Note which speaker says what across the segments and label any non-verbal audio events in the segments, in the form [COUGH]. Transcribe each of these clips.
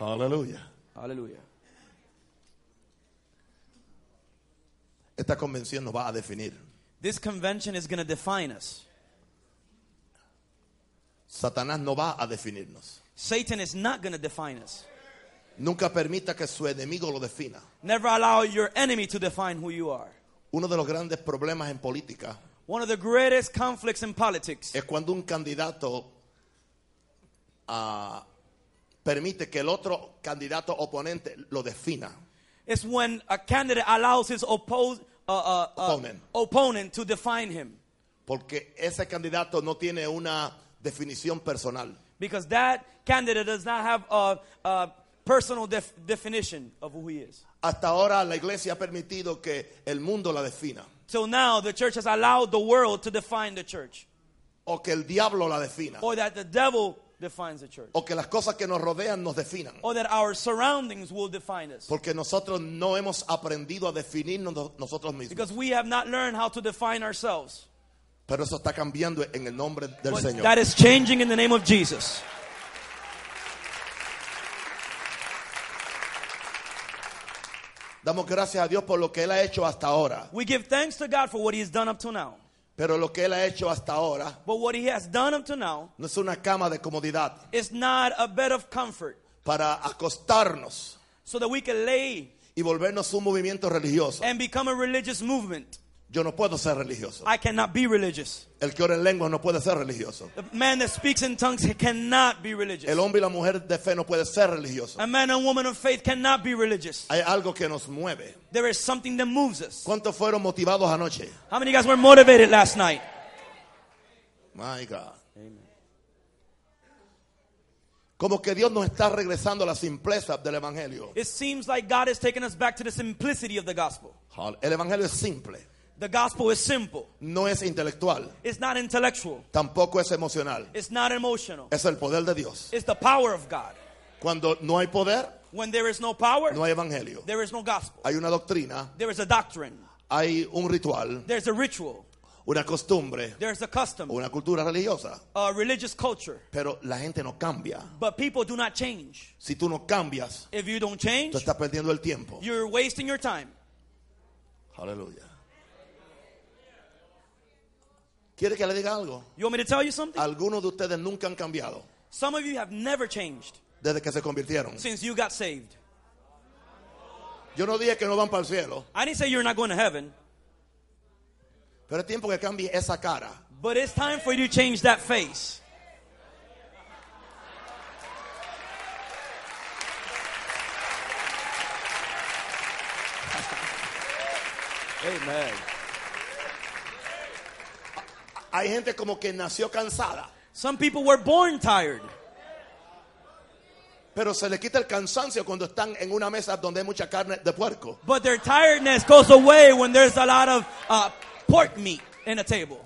Speaker 1: Aleluya.
Speaker 2: Hallelujah.
Speaker 1: Esta convención nos va a definir.
Speaker 2: This convention is going to define us.
Speaker 1: Satanás no va a definirnos.
Speaker 2: Satan is not going to define us.
Speaker 1: Nunca permita que su enemigo lo defina.
Speaker 2: Never allow your enemy to define who you are.
Speaker 1: Uno de los grandes problemas en política
Speaker 2: One of the greatest conflicts in politics
Speaker 1: es cuando un candidato ah, permite que el otro candidato oponente lo defina.
Speaker 2: is when a candidate allows his oppose, uh, uh, uh,
Speaker 1: Opponent.
Speaker 2: opponent to define him.
Speaker 1: Porque ese candidato no tiene una definición personal.
Speaker 2: Because that candidate does not have a, a personal def- definition of who he is.
Speaker 1: Hasta ahora la iglesia ha permitido que el mundo la defina.
Speaker 2: Till now, the church has allowed the world to define the church,
Speaker 1: O que el diablo la defina.
Speaker 2: or that the devil defines the church,
Speaker 1: O que las cosas que nos rodean nos definan.
Speaker 2: or that our surroundings will define us.
Speaker 1: Porque nosotros no hemos aprendido a definirnos no- nosotros mismos.
Speaker 2: Because we have not learned how to define ourselves.
Speaker 1: Pero eso está cambiando en el nombre del
Speaker 2: But
Speaker 1: Señor.
Speaker 2: that is changing in the name of Jesus.
Speaker 1: Damos gracias a Dios por lo que Él ha hecho hasta ahora.
Speaker 2: We give thanks to God for what He has done up to now.
Speaker 1: Pero lo que Él ha hecho hasta ahora
Speaker 2: But what He has done up to now
Speaker 1: no es una cama de comodidad
Speaker 2: is not a bed of comfort
Speaker 1: para acostarnos
Speaker 2: so that we can lay
Speaker 1: y volvernos un movimiento religioso.
Speaker 2: and become a religious movement.
Speaker 1: Yo no puedo ser religioso.
Speaker 2: I cannot be religious.
Speaker 1: El que ora en lenguas no puede ser religioso.
Speaker 2: The man that speaks in tongues cannot be religious.
Speaker 1: El hombre y la mujer de fe no puede ser religioso.
Speaker 2: A man and woman of faith cannot be religious.
Speaker 1: Hay algo que nos mueve.
Speaker 2: There is something that moves us.
Speaker 1: ¿Cuántos fueron motivados anoche?
Speaker 2: How many of you guys were motivated last night?
Speaker 1: My God. Como que Dios nos está regresando a la simpleza del Evangelio.
Speaker 2: It seems like God is taking us back to the simplicity of the gospel.
Speaker 1: El Evangelio es simple,
Speaker 2: The gospel is simple.
Speaker 1: no es intelectual,
Speaker 2: It's not intellectual.
Speaker 1: tampoco es emocional.
Speaker 2: It's not emotional.
Speaker 1: Es el poder de Dios.
Speaker 2: It's the power of God.
Speaker 1: Cuando no hay poder,
Speaker 2: When there is no power,
Speaker 1: no hay Evangelio.
Speaker 2: there is no gospel.
Speaker 1: Hay una doctrina,
Speaker 2: There is a doctrine.
Speaker 1: hay un ritual,
Speaker 2: There's a ritual.
Speaker 1: una costumbre,
Speaker 2: There's a custom,
Speaker 1: una cultura religiosa.
Speaker 2: a religious culture.
Speaker 1: Pero la gente no cambia.
Speaker 2: But people do not change.
Speaker 1: Si tú no cambias,
Speaker 2: If you don't
Speaker 1: tú
Speaker 2: change,
Speaker 1: estás perdiendo el tiempo.
Speaker 2: you're wasting your time.
Speaker 1: Aleluya. ¿Quiere que le diga algo?
Speaker 2: You want me to tell you something?
Speaker 1: Algunos de ustedes nunca han cambiado
Speaker 2: Some of you have never changed
Speaker 1: desde que se convirtieron.
Speaker 2: since you got saved.
Speaker 1: Yo no dije que no van para el cielo,
Speaker 2: I didn't say you're not going to heaven,
Speaker 1: pero es tiempo que cambie esa cara.
Speaker 2: but it's time for you to change that face. Amen.
Speaker 1: Hay gente como que nació cansada,
Speaker 2: Some people were born tired,
Speaker 1: pero se le quita el cansancio cuando están en una mesa donde hay mucha carne de puerco.
Speaker 2: but their tiredness goes away when there's a lot of uh, pork meat in a table.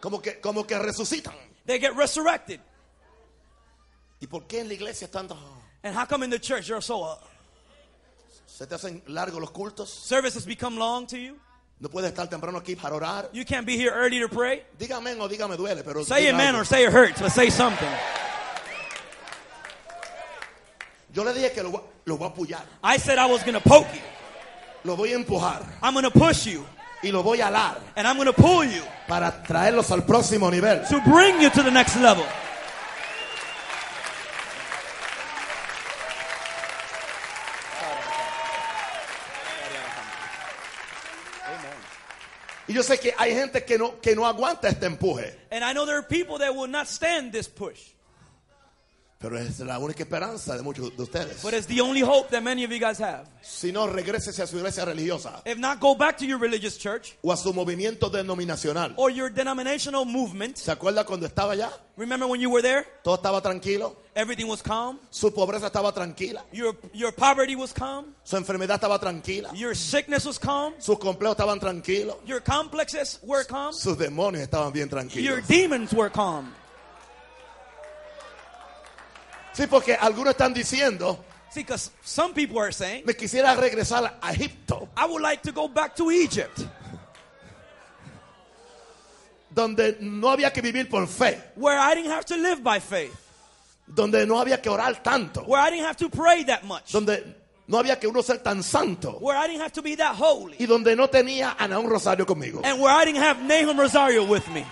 Speaker 1: Como que, como que resucitan.
Speaker 2: They get resurrected.
Speaker 1: ¿Y por qué en la iglesia están tan-
Speaker 2: And how come in the church you're so uh,
Speaker 1: se te hacen largos los cultos?
Speaker 2: services become long to you?
Speaker 1: No puedes estar temprano aquí para orar.
Speaker 2: You can't be here early to pray.
Speaker 1: Dígame o dígame duele, pero
Speaker 2: Say
Speaker 1: diga
Speaker 2: amen
Speaker 1: algo.
Speaker 2: or say it hurts, but say something.
Speaker 1: Yo le dije que lo, voy a- lo voy a apoyar,
Speaker 2: I said I was gonna poke you.
Speaker 1: lo voy a empujar
Speaker 2: I'm gonna push you,
Speaker 1: y lo voy a alar
Speaker 2: and I'm gonna pull you
Speaker 1: para traerlos al próximo nivel.
Speaker 2: to bring you to the next level.
Speaker 1: Y yo sé que hay gente que no, que no aguanta este empuje,
Speaker 2: And I know there are people that will not stand this push,
Speaker 1: pero es la única esperanza de muchos de ustedes.
Speaker 2: but it's the only hope that many of you guys have.
Speaker 1: Si no, regrésese a su iglesia religiosa
Speaker 2: If not, go back to your religious church
Speaker 1: o a su movimiento denominacional.
Speaker 2: or your denominational movement.
Speaker 1: ¿Se acuerda cuando estaba allá?
Speaker 2: Remember when you were there?
Speaker 1: Todo estaba tranquilo,
Speaker 2: Everything was calm.
Speaker 1: su pobreza estaba tranquila,
Speaker 2: Your, your poverty was calm.
Speaker 1: su enfermedad estaba tranquila,
Speaker 2: Your sickness was calm.
Speaker 1: sus complejos estaban tranquilos,
Speaker 2: Your complexes were calm.
Speaker 1: sus demonios estaban bien
Speaker 2: Your
Speaker 1: tranquilos.
Speaker 2: demons were calm.
Speaker 1: Sí, porque algunos están diciendo,
Speaker 2: See, because some people are saying,
Speaker 1: me quisiera regresar a Egipto,
Speaker 2: I would like to go back to Egypt,
Speaker 1: donde no había que vivir por fe,
Speaker 2: where I didn't have to live by faith,
Speaker 1: donde no había que orar tanto,
Speaker 2: where I didn't have to pray that much,
Speaker 1: donde no había que uno ser tan santo
Speaker 2: where I didn't have to be that holy,
Speaker 1: y donde no tenía a Naúm Rosario conmigo.
Speaker 2: and where I didn't have Nahum Rosario with me.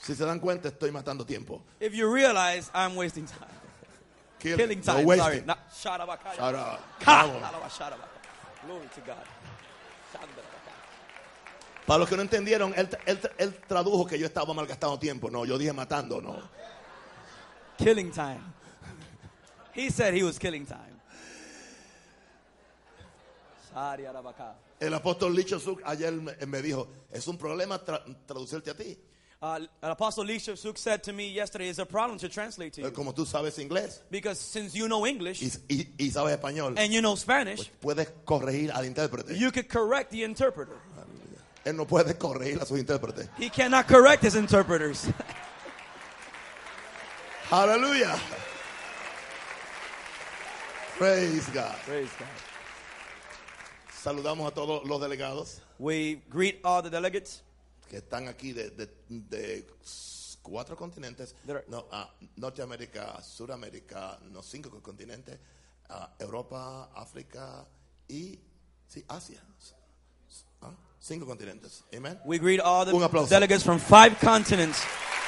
Speaker 1: Si se dan cuenta, estoy matando tiempo.
Speaker 2: If you realize, I'm wasting time.
Speaker 1: Kill-
Speaker 2: Killing
Speaker 1: no
Speaker 2: time. sorry.
Speaker 1: wasting.
Speaker 2: Not, Sharabakaya.
Speaker 1: Ahora, vamos.
Speaker 2: Ka- Sharabakaya. Glory to God. Shandarakaya.
Speaker 1: Para los que no entendieron, él, él- él tradujo que yo estaba malgastando tiempo. No, yo dije matando, no.
Speaker 2: Killing time. He said he was killing time. Shariarabaka.
Speaker 1: El apóstol Lee Chosuk ayer me, eh, me dijo, es un problema tra- traducirte a ti.
Speaker 2: Uh, Apostle Lee Suk said to me yesterday, it's a problem to translate to
Speaker 1: Eh,
Speaker 2: you.
Speaker 1: Como tú sabes inglés
Speaker 2: Because since you know English
Speaker 1: y, y- y sabes español,
Speaker 2: and you know Spanish,
Speaker 1: pues puedes corregir al intérprete.
Speaker 2: you could correct the interpreter.
Speaker 1: Él no puede corregir a sus intérpretes.
Speaker 2: He cannot correct his interpreters.
Speaker 1: Aleluya. Praise God.
Speaker 2: Praise God.
Speaker 1: Saludamos a todos los delegados
Speaker 2: We greet all the delegates.
Speaker 1: que están aquí de, de- de cuatro continentes.
Speaker 2: There are-
Speaker 1: No, ah, Norteamérica, Suramérica, no, cinco continentes. ah, Europa, África y sí, Asia. Ah, cinco continentes. Amén.
Speaker 2: We greet all
Speaker 1: Un
Speaker 2: the
Speaker 1: aplauso.
Speaker 2: delegates from five continents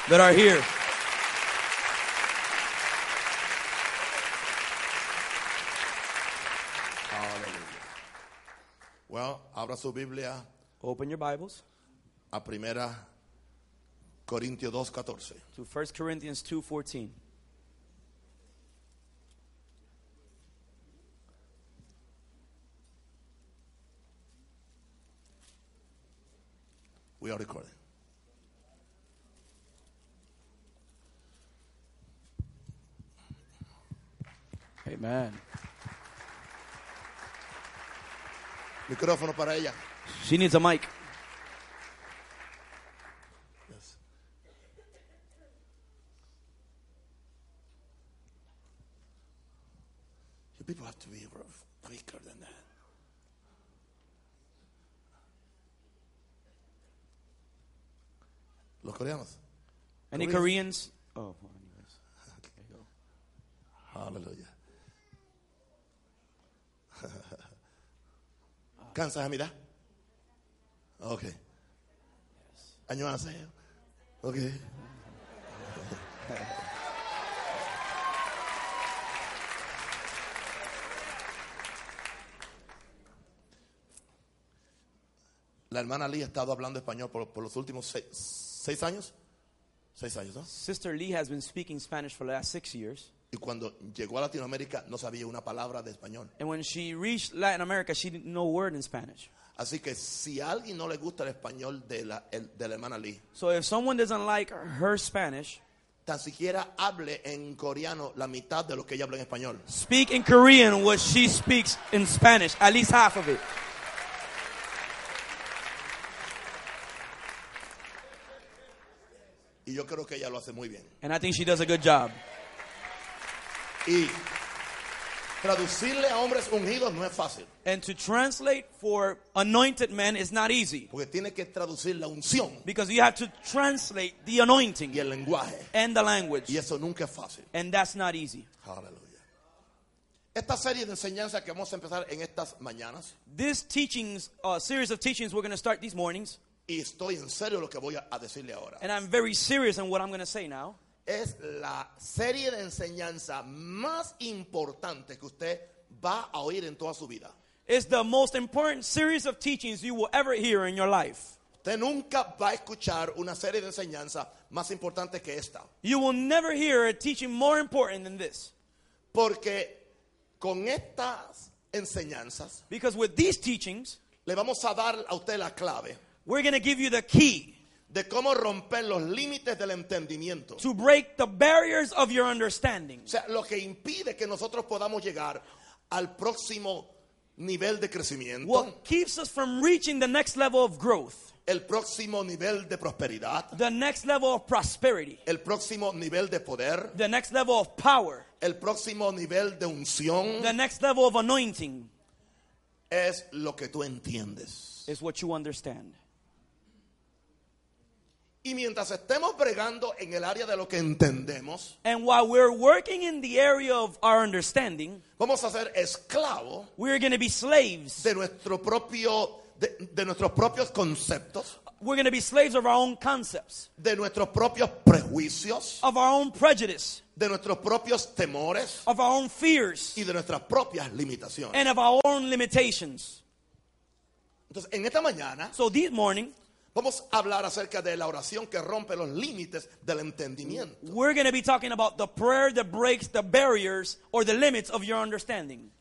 Speaker 2: that are here.
Speaker 1: Well, abra su Biblia
Speaker 2: Open your Bibles
Speaker 1: a primera Corintios 2.14.
Speaker 2: to 1 Corinthians 2:14.
Speaker 1: We are recording.
Speaker 2: Amen.
Speaker 1: Micrófono para ella.
Speaker 2: She needs a mic.
Speaker 1: Yes. You people have to be rough- quicker than that. Los coreanos.
Speaker 2: Any
Speaker 1: Koreans?
Speaker 2: Koreans? Oh, well, anyways. There you go.
Speaker 1: Hallelujah. ¿Cansas, Hamida? Okay. 안녕하세요. Okay. La hermana Lee ha estado hablando español por, por los últimos seis, seis años. Seis años, ¿no?
Speaker 2: Sister Lee has been speaking Spanish for the last 6 years,
Speaker 1: Y cuando llegó a Latinoamérica no sabía una palabra de español.
Speaker 2: and when she reached Latin America, she didn't know a word in Spanish.
Speaker 1: Así que si a alguien no le gusta el español de la, el- de la hermana Lee,
Speaker 2: So if someone doesn't like her Spanish,
Speaker 1: tan siquiera hable en coreano la mitad de lo que ella habla en español.
Speaker 2: speak in Korean what she speaks in Spanish, at least half of it.
Speaker 1: Y yo creo que ella lo hace muy bien.
Speaker 2: And I think she does a good job.
Speaker 1: Y traducirle a hombres ungidos no es fácil,
Speaker 2: And to translate for anointed men is not easy
Speaker 1: porque tiene que traducir la unción
Speaker 2: because you have to translate the anointing
Speaker 1: y el lenguaje.
Speaker 2: and the language.
Speaker 1: Y eso nunca es fácil.
Speaker 2: And that's not easy.
Speaker 1: Aleluya. Esta serie de enseñanzas que vamos a empezar en estas mañanas,
Speaker 2: This teachings, uh, series of teachings we're going to start these mornings,
Speaker 1: y estoy en serio lo que voy a, a decirle ahora,
Speaker 2: and I'm very serious in what I'm going to say now.
Speaker 1: es la serie de enseñanza más importante que usted va a oír en toda su vida.
Speaker 2: It's the most important series of teachings you will ever hear in your life.
Speaker 1: Usted nunca va a escuchar una serie de enseñanzas más importante que esta,
Speaker 2: You will never hear a teaching more important than this
Speaker 1: porque con estas enseñanzas
Speaker 2: because with these teachings,
Speaker 1: le vamos a dar a usted la clave
Speaker 2: we're going to give you the key
Speaker 1: de cómo romper los límites del entendimiento.
Speaker 2: to break the barriers of your understanding.
Speaker 1: O sea, lo que impide que nosotros podamos llegar al próximo nivel de crecimiento,
Speaker 2: What keeps us from reaching the next level of growth,
Speaker 1: el próximo nivel de prosperidad,
Speaker 2: the next level of prosperity,
Speaker 1: el próximo nivel de poder,
Speaker 2: the next level of power,
Speaker 1: el próximo nivel de unción,
Speaker 2: the next level of anointing
Speaker 1: es lo que tú entiendes.
Speaker 2: is what you understand.
Speaker 1: Y mientras estemos bregando en el área de lo que entendemos,
Speaker 2: And while we're working in the area of our understanding,
Speaker 1: vamos a ser esclavos
Speaker 2: we're going to be slaves.
Speaker 1: de nuestro propio de, de nuestros propios conceptos,
Speaker 2: We're going to be slaves of our own concepts,
Speaker 1: de nuestros propios prejuicios,
Speaker 2: of our own prejudice,
Speaker 1: de nuestros propios temores
Speaker 2: of our own fears,
Speaker 1: y de nuestras propias limitaciones.
Speaker 2: and of our own limitations.
Speaker 1: Entonces, en esta mañana
Speaker 2: So this morning,
Speaker 1: vamos a hablar acerca de la oración que rompe los límites del entendimiento.
Speaker 2: we're going to be talking about the prayer that breaks the barriers or the limits of your understanding.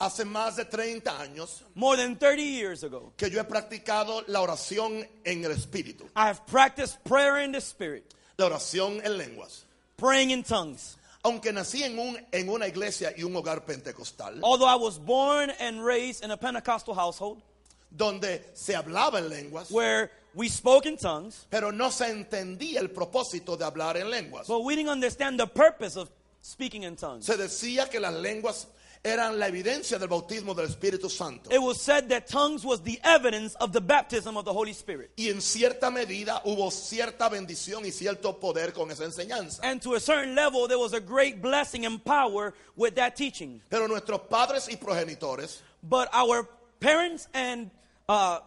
Speaker 1: Hace más de 30 años
Speaker 2: More than 30 years ago,
Speaker 1: que yo he practicado la oración en el espíritu,
Speaker 2: I have practiced prayer in the spirit,
Speaker 1: la oración en lenguas.
Speaker 2: praying in tongues.
Speaker 1: Aunque nací en, un, en una iglesia y un hogar pentecostal,
Speaker 2: Although I was born and raised in a Pentecostal household
Speaker 1: donde se hablaba en lenguas,
Speaker 2: where we spoke in tongues,
Speaker 1: pero no se entendía el propósito de hablar en lenguas.
Speaker 2: but we didn't understand the purpose of speaking in tongues.
Speaker 1: Se decía que las lenguas eran la evidencia del bautismo del Espíritu Santo.
Speaker 2: It was said that tongues was the evidence of the baptism of the Holy Spirit.
Speaker 1: Y en cierta medida hubo cierta bendición y cierto poder con esa enseñanza.
Speaker 2: And to a certain level, there was a great blessing and power with that teaching.
Speaker 1: Pero nuestros padres y progenitores
Speaker 2: But our parents and uh,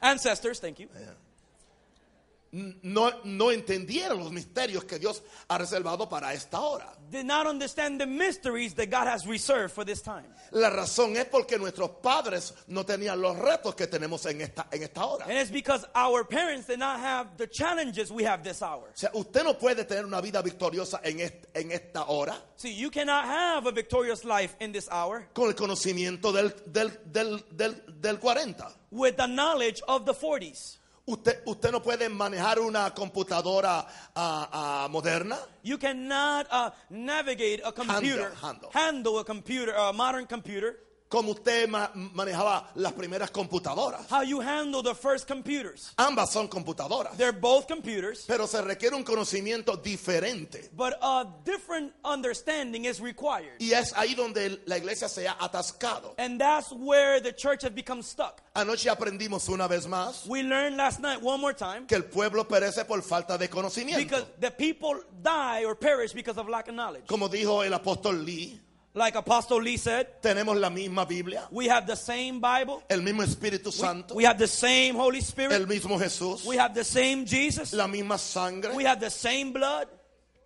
Speaker 2: ancestors, thank you,
Speaker 1: no, no entendieron los misterios que Dios ha reservado para esta hora.
Speaker 2: did not understand the mysteries that God has reserved for this time.
Speaker 1: La razón es porque nuestros padres no tenían los retos que tenemos en esta, en esta hora.
Speaker 2: And it's because our parents did not have the challenges we have this hour.
Speaker 1: O sea, usted no puede tener una vida victoriosa en, est- en esta hora
Speaker 2: See, you cannot have a victorious life in this hour
Speaker 1: con el conocimiento del, del, del, del, del 40.
Speaker 2: with the knowledge of the 40s.
Speaker 1: Usted, usted no puede manejar una computadora ah, ah, moderna
Speaker 2: You cannot uh, navigate a computer,
Speaker 1: Handle, handle.
Speaker 2: a computer, a modern computer,
Speaker 1: como usted ma- manejaba las primeras computadoras.
Speaker 2: how you handle the first computers.
Speaker 1: Ambas son computadoras,
Speaker 2: They're both computers,
Speaker 1: pero se requiere un conocimiento diferente.
Speaker 2: but a different understanding is required.
Speaker 1: Y es ahí donde la iglesia se ha atascado.
Speaker 2: And that's where the church has become stuck.
Speaker 1: Anoche aprendimos una vez más
Speaker 2: We learned last night one more time
Speaker 1: que el pueblo perece por falta de
Speaker 2: because
Speaker 1: conocimiento.
Speaker 2: the people die or perish because of lack of knowledge.
Speaker 1: Como dijo el apóstol Lee,
Speaker 2: Like Apostle Lee said,
Speaker 1: tenemos la misma Biblia,
Speaker 2: we have the same Bible,
Speaker 1: el mismo Espíritu Santo,
Speaker 2: we have the same Holy Spirit,
Speaker 1: el mismo Jesús,
Speaker 2: we have the same Jesus,
Speaker 1: la misma sangre,
Speaker 2: we have the same blood,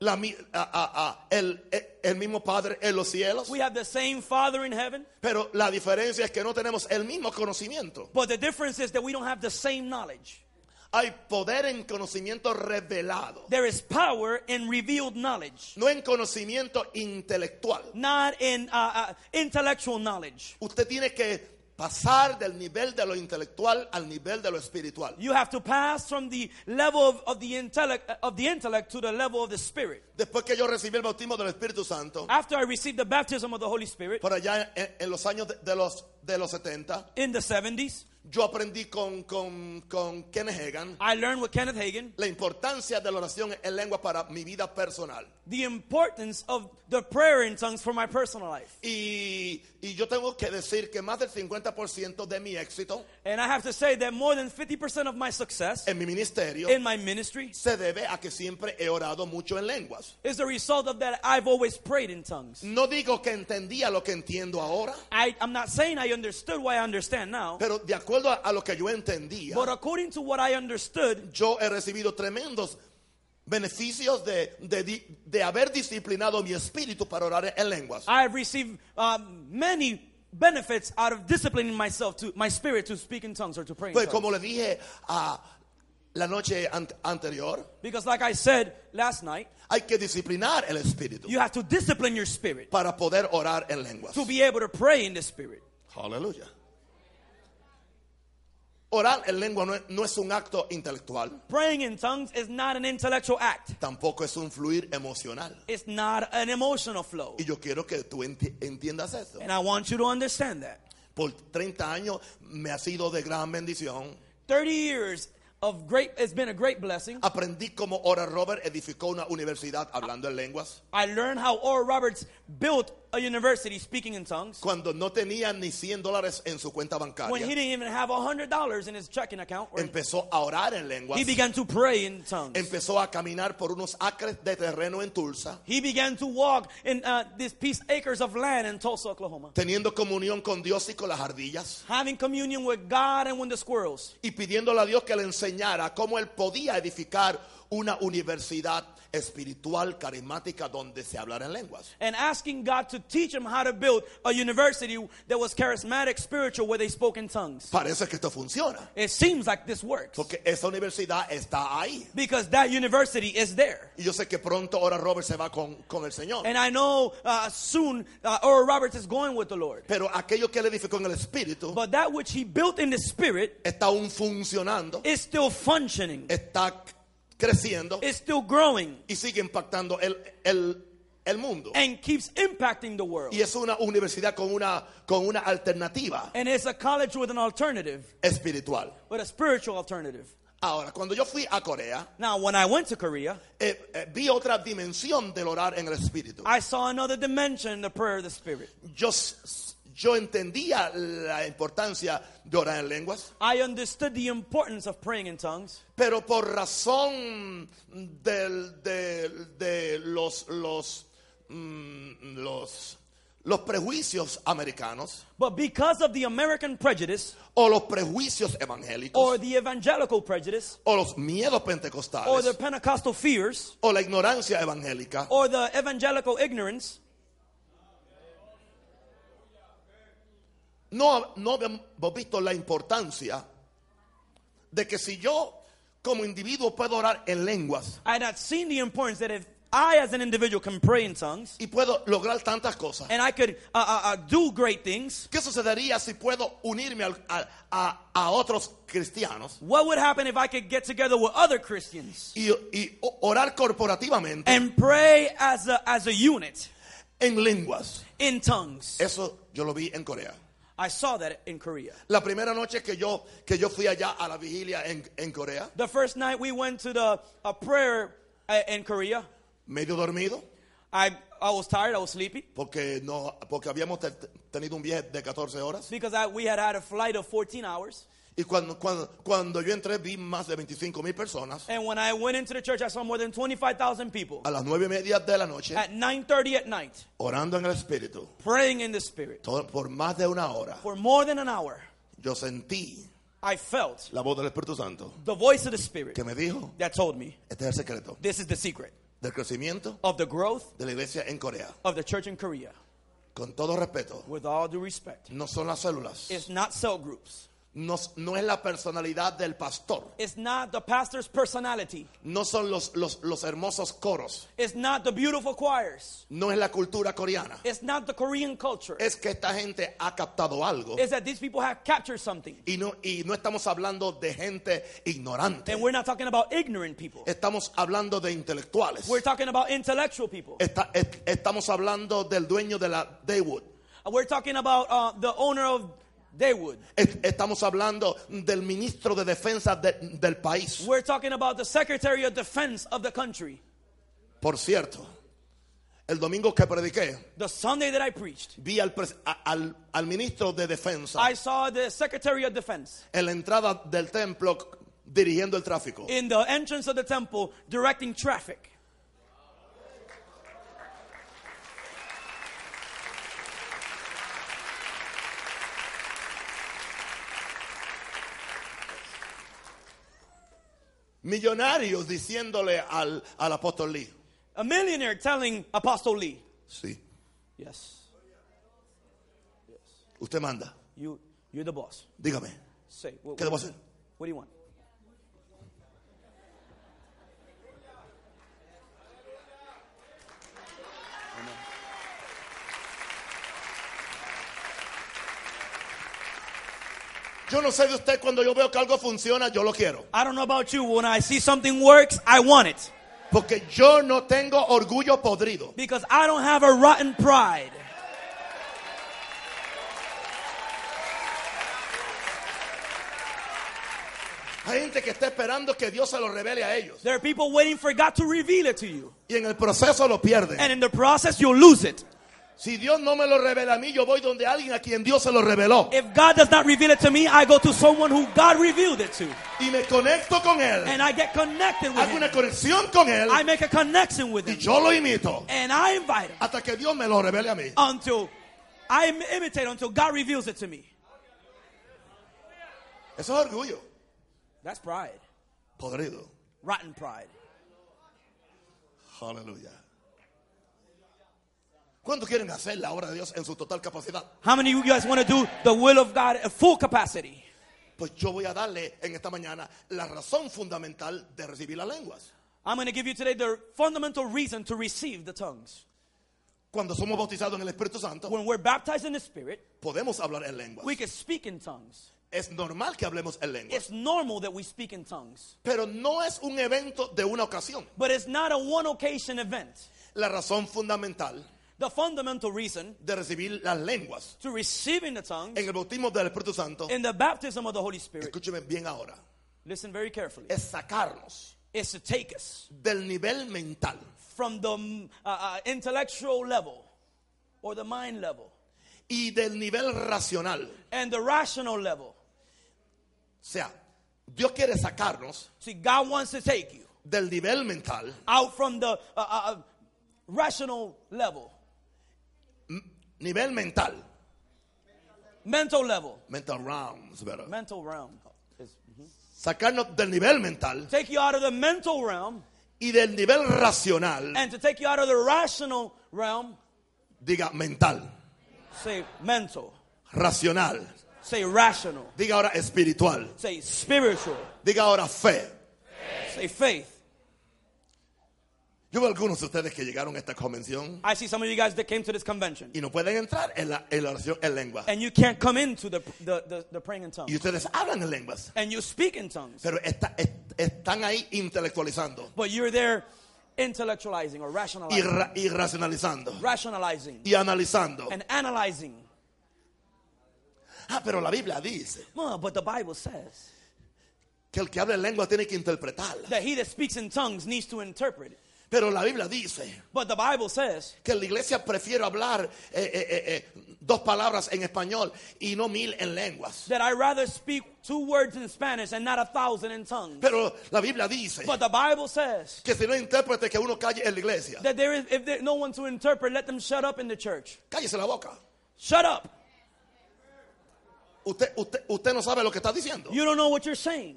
Speaker 1: la mi- ah, ah, ah, el, el- el mismo Padre en los cielos.
Speaker 2: we have the same Father in heaven.
Speaker 1: Pero la diferencia es que no tenemos el mismo conocimiento.
Speaker 2: But the difference is that we don't have the same knowledge.
Speaker 1: Hay poder en conocimiento revelado,
Speaker 2: There is power in revealed knowledge,
Speaker 1: no en conocimiento intelectual.
Speaker 2: not in uh, uh, intellectual knowledge.
Speaker 1: Usted tiene que pasar del nivel de lo intelectual al nivel de lo espiritual.
Speaker 2: You have to pass from the level of, of the intellect uh, of the intellect to the level of the spirit.
Speaker 1: Después que yo recibí el bautismo del Espíritu Santo,
Speaker 2: After I received the baptism of the Holy Spirit
Speaker 1: por allá en, en los años de, de los, de los 70,
Speaker 2: in the 70s,
Speaker 1: yo aprendí con, con, con Kenneth Hagan
Speaker 2: I learned with Kenneth Hagin
Speaker 1: la importancia de la oración en lengua para mi vida personal.
Speaker 2: the importance of the prayer in tongues for my personal life.
Speaker 1: Y, y yo tengo que decir que más del 50% de mi éxito
Speaker 2: And I have to say that more than 50% of my success
Speaker 1: en mi ministerio
Speaker 2: in my ministry
Speaker 1: se debe a que siempre he orado mucho en lenguas.
Speaker 2: is the result of that I've always prayed in tongues.
Speaker 1: No digo que entendía lo que entiendo ahora,
Speaker 2: I, I'm not saying I understood what I understand now,
Speaker 1: pero de acuerdo a, a lo que yo entendía,
Speaker 2: but according to what I understood,
Speaker 1: yo he recibido tremendos beneficios de, de di- de haber disciplinado mi espíritu para orar en lenguas.
Speaker 2: I've received um, many benefits out of disciplining myself to my spirit to speak in tongues or to pray in
Speaker 1: Pues
Speaker 2: tongues.
Speaker 1: como le dije a la noche an- anterior,
Speaker 2: Because, like I said last night,
Speaker 1: hay que disciplinar el espíritu
Speaker 2: you have to discipline your spirit
Speaker 1: para poder orar en lenguas.
Speaker 2: to be able to pray in the spirit.
Speaker 1: Aleluya. Orar en lengua no es- no es un acto intelectual.
Speaker 2: Praying in tongues is not an intellectual act.
Speaker 1: tampoco es un fluir emocional.
Speaker 2: It's not an emotional flow.
Speaker 1: Y yo quiero que tú enti- entiendas eso.
Speaker 2: And I want you to understand that.
Speaker 1: Por 30 años me ha sido de gran bendición.
Speaker 2: 30 years of great, it's been a great blessing.
Speaker 1: Aprendí cómo Ora Robert edificó una universidad hablando en lenguas.
Speaker 2: I learned how Oral Roberts built a university speaking in tongues
Speaker 1: cuando no tenía ni 100 dólares en su cuenta
Speaker 2: when he
Speaker 1: bancaria.
Speaker 2: didn't even have $100 in his checking account. or-
Speaker 1: Empezó a orar en lenguas.
Speaker 2: he began to pray in tongues.
Speaker 1: Empezó a caminar por unos acres de terreno en Tulsa,
Speaker 2: He began to walk in uh, these piece acres of land in Tulsa, Oklahoma,
Speaker 1: teniendo comunión con Dios y con las ardillas.
Speaker 2: having communion with God and with the squirrels.
Speaker 1: y pidiéndole a Dios que le enseñara cómo él podía edificar una universidad espiritual carismática donde se hablara en lenguas.
Speaker 2: and asking God to teach him how to build a university that was charismatic, spiritual, where they spoke in tongues.
Speaker 1: Parece que esto funciona,
Speaker 2: It seems like this works
Speaker 1: porque esa universidad está ahí.
Speaker 2: because that university is there.
Speaker 1: Y yo sé que pronto ahora Robert se va con, con el Señor.
Speaker 2: And I know uh, soon uh, Oral Roberts is going with the Lord.
Speaker 1: Pero aquello que él edificó en el Espíritu
Speaker 2: But that which he built in the spirit
Speaker 1: está aún funcionando,
Speaker 2: is still functioning,
Speaker 1: está c- creciendo
Speaker 2: is still growing,
Speaker 1: y sigue impactando el, el, el mundo.
Speaker 2: and keeps impacting the world.
Speaker 1: Y es una universidad con una, con una alternativa
Speaker 2: And it's a college with an alternative,
Speaker 1: espiritual.
Speaker 2: with a spiritual alternative.
Speaker 1: Ahora, cuando yo fui a Corea,
Speaker 2: Now, when I went to Korea,
Speaker 1: Eh, eh, vi otra dimensión del orar en el espíritu.
Speaker 2: I saw another dimension in the prayer of the spirit.
Speaker 1: Yo, s- yo entendía la importancia de orar en lenguas,
Speaker 2: I understood the importance of praying in tongues,
Speaker 1: pero por razón del- del- de los, los, mm, los, los prejuicios americanos
Speaker 2: but because of the American prejudice
Speaker 1: o los prejuicios evangélicos
Speaker 2: or the evangelical prejudice
Speaker 1: o los miedos
Speaker 2: or the
Speaker 1: pentecostales
Speaker 2: Pentecostal fears
Speaker 1: o la ignorancia evangélica,
Speaker 2: or the evangelical ignorance,
Speaker 1: no, no habíamos visto la importancia de que si yo como individuo puedo orar en lenguas,
Speaker 2: I had not seen the importance that if I, as an individual, can pray in tongues
Speaker 1: y puedo lograr tantas cosas.
Speaker 2: and I could uh, uh, uh, do great things,
Speaker 1: ¿Qué sucedería si puedo unirme al- a, a- a otros cristianos
Speaker 2: what would happen if I could get together with other Christians
Speaker 1: y, y o- orar corporativamente
Speaker 2: and pray as a, as a unit
Speaker 1: en lenguas?
Speaker 2: in tongues?
Speaker 1: Eso yo lo vi en Corea.
Speaker 2: I saw that in Korea.
Speaker 1: La primera noche que yo, que yo fui allá a la vigilia en, en Corea,
Speaker 2: The first night we went to the a prayer uh, in Korea,
Speaker 1: medio dormido,
Speaker 2: I, I was tired, I was sleepy.
Speaker 1: porque, no, porque habíamos te- tenido un viaje de 14 horas,
Speaker 2: because I, we had had a flight of 14 hours.
Speaker 1: y cuando, cuando, cuando yo entré vi más de 25 mil personas
Speaker 2: And when I went into the church, I saw more than 25,000 people
Speaker 1: a las 9 y media de la noche
Speaker 2: at 9.30 at night,
Speaker 1: orando en el Espíritu
Speaker 2: praying in the Spirit
Speaker 1: todo- por más de una hora.
Speaker 2: for more than an hour.
Speaker 1: Yo sentí
Speaker 2: I felt
Speaker 1: la voz del Espíritu Santo
Speaker 2: the voice of the Spirit
Speaker 1: que me dijo,
Speaker 2: that told me,
Speaker 1: este es el secreto
Speaker 2: this is the secret
Speaker 1: del crecimiento
Speaker 2: of the growth
Speaker 1: de la iglesia en Corea.
Speaker 2: of the church in Korea.
Speaker 1: Con todo respeto,
Speaker 2: With all due respect,
Speaker 1: no son las células,
Speaker 2: it's not cell groups.
Speaker 1: no, no es la personalidad del pastor,
Speaker 2: It's not the pastor's personality.
Speaker 1: no son los, los, los hermosos coros,
Speaker 2: It's not the beautiful choirs.
Speaker 1: no es la cultura coreana.
Speaker 2: It's not the Korean culture.
Speaker 1: Es que esta gente ha captado algo
Speaker 2: It's that these people have captured something.
Speaker 1: y no, y no estamos hablando de gente ignorante,
Speaker 2: And we're not talking about ignorant people.
Speaker 1: estamos hablando de intelectuales,
Speaker 2: We're talking about intellectual people.
Speaker 1: Está- es- estamos hablando del dueño de la Daywood.
Speaker 2: We're talking about uh, the owner of Daywood.
Speaker 1: Es- Estamos hablando del ministro de defensa de- del país.
Speaker 2: We're talking about the Secretary of Defense of the country.
Speaker 1: Por cierto, el domingo que prediqué,
Speaker 2: The Sunday that I preached,
Speaker 1: vi al, pres- a- al, al ministro de Defensa
Speaker 2: I saw the Secretary of Defense
Speaker 1: en la entrada del templo c- dirigiendo el tráfico.
Speaker 2: in the entrance of the temple directing traffic.
Speaker 1: Millonarios diciéndole al, al apóstol Lee,
Speaker 2: A millionaire telling Apostle Lee,
Speaker 1: sí,
Speaker 2: Yes,
Speaker 1: usted manda,
Speaker 2: you, you're the boss.
Speaker 1: dígame,
Speaker 2: Say, what,
Speaker 1: ¿qué debo hacer?
Speaker 2: what do you want?
Speaker 1: Yo no sé de usted, cuando yo veo que algo funciona, yo lo quiero.
Speaker 2: I don't know about you. When I see something works, I want it
Speaker 1: Porque yo no tengo orgullo podrido.
Speaker 2: because I don't have a rotten pride.
Speaker 1: Hay gente que está esperando que Dios se lo revele a ellos.
Speaker 2: There are people waiting for God to reveal it to you.
Speaker 1: Y en el proceso lo pierden.
Speaker 2: And in the process, you'll lose it.
Speaker 1: Si Dios no me lo revela a mí, yo voy donde alguien a quien Dios se lo reveló.
Speaker 2: If God does not reveal it to me, I go to someone who God revealed it to.
Speaker 1: Y me conecto con Él.
Speaker 2: And I get connected with
Speaker 1: Hago
Speaker 2: him.
Speaker 1: una conexión con Él.
Speaker 2: I make a connection with
Speaker 1: Y
Speaker 2: him.
Speaker 1: yo lo imito.
Speaker 2: And I invite him
Speaker 1: Hasta que Dios me lo revele a mí.
Speaker 2: until I im- imitate until God reveals it to me.
Speaker 1: Eso es orgullo.
Speaker 2: That's pride.
Speaker 1: Podrido.
Speaker 2: Rotten pride.
Speaker 1: Aleluya. ¿Cuántos quieren hacer la obra de Dios en su total capacidad?
Speaker 2: How many of you guys want to do the will of God at full capacity?
Speaker 1: Pues yo voy a darle en esta mañana la razón fundamental de recibir las lenguas.
Speaker 2: I'm going to give you today the fundamental reason to receive the tongues.
Speaker 1: Cuando somos bautizados en el Espíritu Santo,
Speaker 2: When we're baptized in the Spirit,
Speaker 1: podemos hablar en lenguas.
Speaker 2: we can speak in tongues.
Speaker 1: Es normal que hablemos en lenguas.
Speaker 2: It's normal that we speak in tongues,
Speaker 1: Pero no es un evento de una ocasión.
Speaker 2: but it's not a one occasion event.
Speaker 1: La razón fundamental
Speaker 2: The fundamental reason
Speaker 1: de recibir las lenguas
Speaker 2: to receiving the tongues
Speaker 1: en el bautismo del Espíritu Santo,
Speaker 2: in the baptism of the Holy Spirit,
Speaker 1: escúcheme bien ahora,
Speaker 2: listen very carefully,
Speaker 1: es sacarnos
Speaker 2: is to take us
Speaker 1: del nivel mental
Speaker 2: from the mm, uh, uh, intellectual level or the mind level
Speaker 1: y del nivel racional.
Speaker 2: and the rational level.
Speaker 1: O sea, Dios quiere sacarnos
Speaker 2: See, God wants to take you
Speaker 1: del nivel mental
Speaker 2: out from the uh, uh, uh, rational level,
Speaker 1: Nivel mental.
Speaker 2: mental level,
Speaker 1: Mental realms, ¿verdad?
Speaker 2: mental realm. Is- mhm.
Speaker 1: Sacarnos del nivel mental
Speaker 2: Take you out of the mental realm
Speaker 1: y del nivel racional.
Speaker 2: and to take you out of the rational realm,
Speaker 1: Diga mental,
Speaker 2: say mental,
Speaker 1: racional.
Speaker 2: say rational,
Speaker 1: Diga ahora espiritual.
Speaker 2: say spiritual,
Speaker 1: Diga ahora fe.
Speaker 2: say faith.
Speaker 1: Yo veo algunos de ustedes que llegaron a esta convención
Speaker 2: I see some of you guys that came to this convention
Speaker 1: y no pueden entrar en la, en la oración en lengua.
Speaker 2: and you can't come into the, the, the, the praying in
Speaker 1: Y
Speaker 2: tongues
Speaker 1: ustedes hablan en lenguas,
Speaker 2: and you speak in tongues,
Speaker 1: pero está- est- están ahí intelectualizando
Speaker 2: but you're there intellectualizing or
Speaker 1: y,
Speaker 2: rationalizing,
Speaker 1: ra- y racionalizando
Speaker 2: rationalizing
Speaker 1: y analizando.
Speaker 2: and analyzing.
Speaker 1: Ah, pero la Biblia dice
Speaker 2: Well, but the Bible says
Speaker 1: que el que habla en lengua tiene que interpretarla.
Speaker 2: that he that speaks in tongues needs to interpret it.
Speaker 1: Pero la Biblia dice
Speaker 2: But the Bible says
Speaker 1: que la iglesia prefiere hablar eh, eh, eh, eh, dos palabras en español y no mil en lenguas.
Speaker 2: that I rather speak two words in Spanish and not a thousand in tongues.
Speaker 1: Pero la Biblia dice
Speaker 2: But the Bible says
Speaker 1: que si no hay intérprete que uno calle en la iglesia,
Speaker 2: that there is if there no one to interpret, let them shut up in the church.
Speaker 1: cállese la boca.
Speaker 2: Shut up.
Speaker 1: Usted, usted, usted no sabe lo que está diciendo.
Speaker 2: You don't know what you're saying.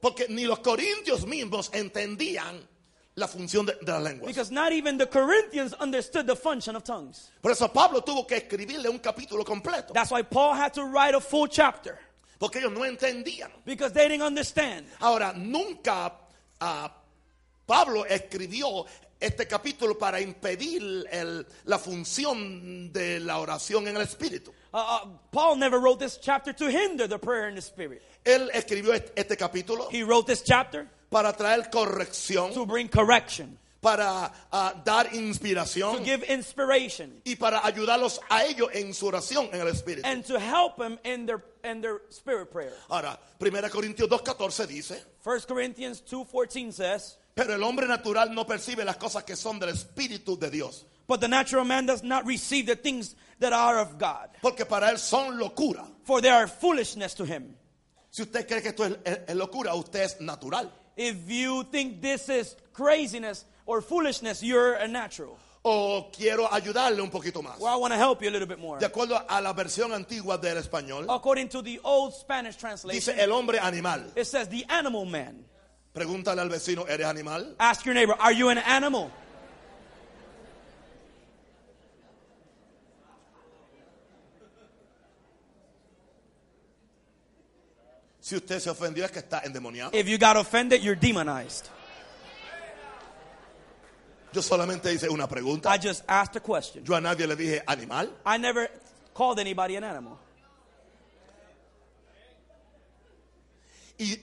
Speaker 1: Porque ni los corintios mismos entendían la función de, de las lenguas.
Speaker 2: Because not even the Corinthians understood the function of tongues.
Speaker 1: Por eso Pablo tuvo que escribirle un capítulo completo.
Speaker 2: That's why Paul had to write a full chapter.
Speaker 1: Porque ellos no entendían.
Speaker 2: Because they didn't understand.
Speaker 1: Ahora, nunca ah, Pablo escribió este capítulo para impedir el- la función de la oración en el Espíritu.
Speaker 2: Uh, uh, Paul never wrote this chapter to hinder the prayer in the spirit.
Speaker 1: Él escribió est- este capítulo
Speaker 2: He wrote this chapter
Speaker 1: para traer corrección,
Speaker 2: to bring correction,
Speaker 1: para ah, dar
Speaker 2: to
Speaker 1: inspiración
Speaker 2: give inspiration,
Speaker 1: y para ayudarlos a ellos en su oración en el Espíritu.
Speaker 2: and to help them in their in their spirit prayer.
Speaker 1: Ahora, 1 Corintios 2.14 dice,
Speaker 2: 1 Corinthians 2:14 says,
Speaker 1: pero el hombre natural no percibe las cosas que son del Espíritu de Dios,
Speaker 2: "But the natural man does not receive the things that are of God,
Speaker 1: porque para él son locura.
Speaker 2: for they are foolishness to him."
Speaker 1: Si usted cree que esto es, es- es locura, usted es natural.
Speaker 2: If you think this is craziness or foolishness, you're a natural.
Speaker 1: O quiero ayudarle un poquito más.
Speaker 2: Well, I want to help you a little bit more.
Speaker 1: De acuerdo a la versión antigua del español,
Speaker 2: According to the old Spanish
Speaker 1: dice
Speaker 2: translation,
Speaker 1: el hombre animal.
Speaker 2: it says the animal man.
Speaker 1: Pregúntale al vecino, ¿eres animal?
Speaker 2: Ask your neighbor, "Are you an animal?"
Speaker 1: Si usted se ofendió es que está endemoniado.
Speaker 2: If you got offended, you're demonized.
Speaker 1: Yo solamente hice una pregunta.
Speaker 2: I just asked a question.
Speaker 1: Yo a nadie le dije animal.
Speaker 2: I never called anybody an animal.
Speaker 1: Y,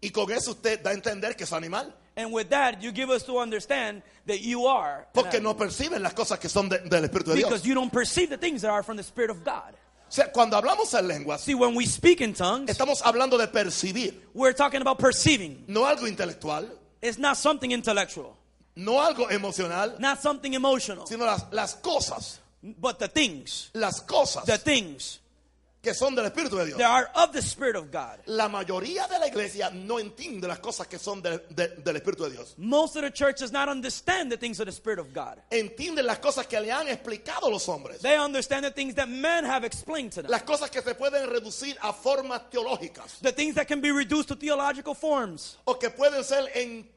Speaker 1: y con eso usted da a entender que es animal.
Speaker 2: And with that, you give us to understand that you are an
Speaker 1: Porque
Speaker 2: animal.
Speaker 1: no perciben las cosas que son de- del Espíritu de Dios.
Speaker 2: because you don't perceive the things that are from the Spirit of God.
Speaker 1: O sea, cuando hablamos en lenguas,
Speaker 2: See, when we speak in tongues,
Speaker 1: estamos hablando de percibir,
Speaker 2: we're talking about perceiving.
Speaker 1: no algo intelectual,
Speaker 2: It's not something intellectual.
Speaker 1: No algo emocional,
Speaker 2: Not something emotional,
Speaker 1: sino las, las cosas,
Speaker 2: but the things.
Speaker 1: las cosas
Speaker 2: The things
Speaker 1: que son del Espíritu de Dios.
Speaker 2: that are of the Spirit of God.
Speaker 1: La mayoría de la iglesia no entiende las cosas que son de- de- del Espíritu de Dios.
Speaker 2: Most of the church does not understand the things of the Spirit of God.
Speaker 1: Entienden las cosas que le han explicado los hombres.
Speaker 2: They understand the things that men have explained to them.
Speaker 1: Las cosas que se pueden reducir a formas teológicas
Speaker 2: The things that can be reduced to theological forms
Speaker 1: o que pueden ser en-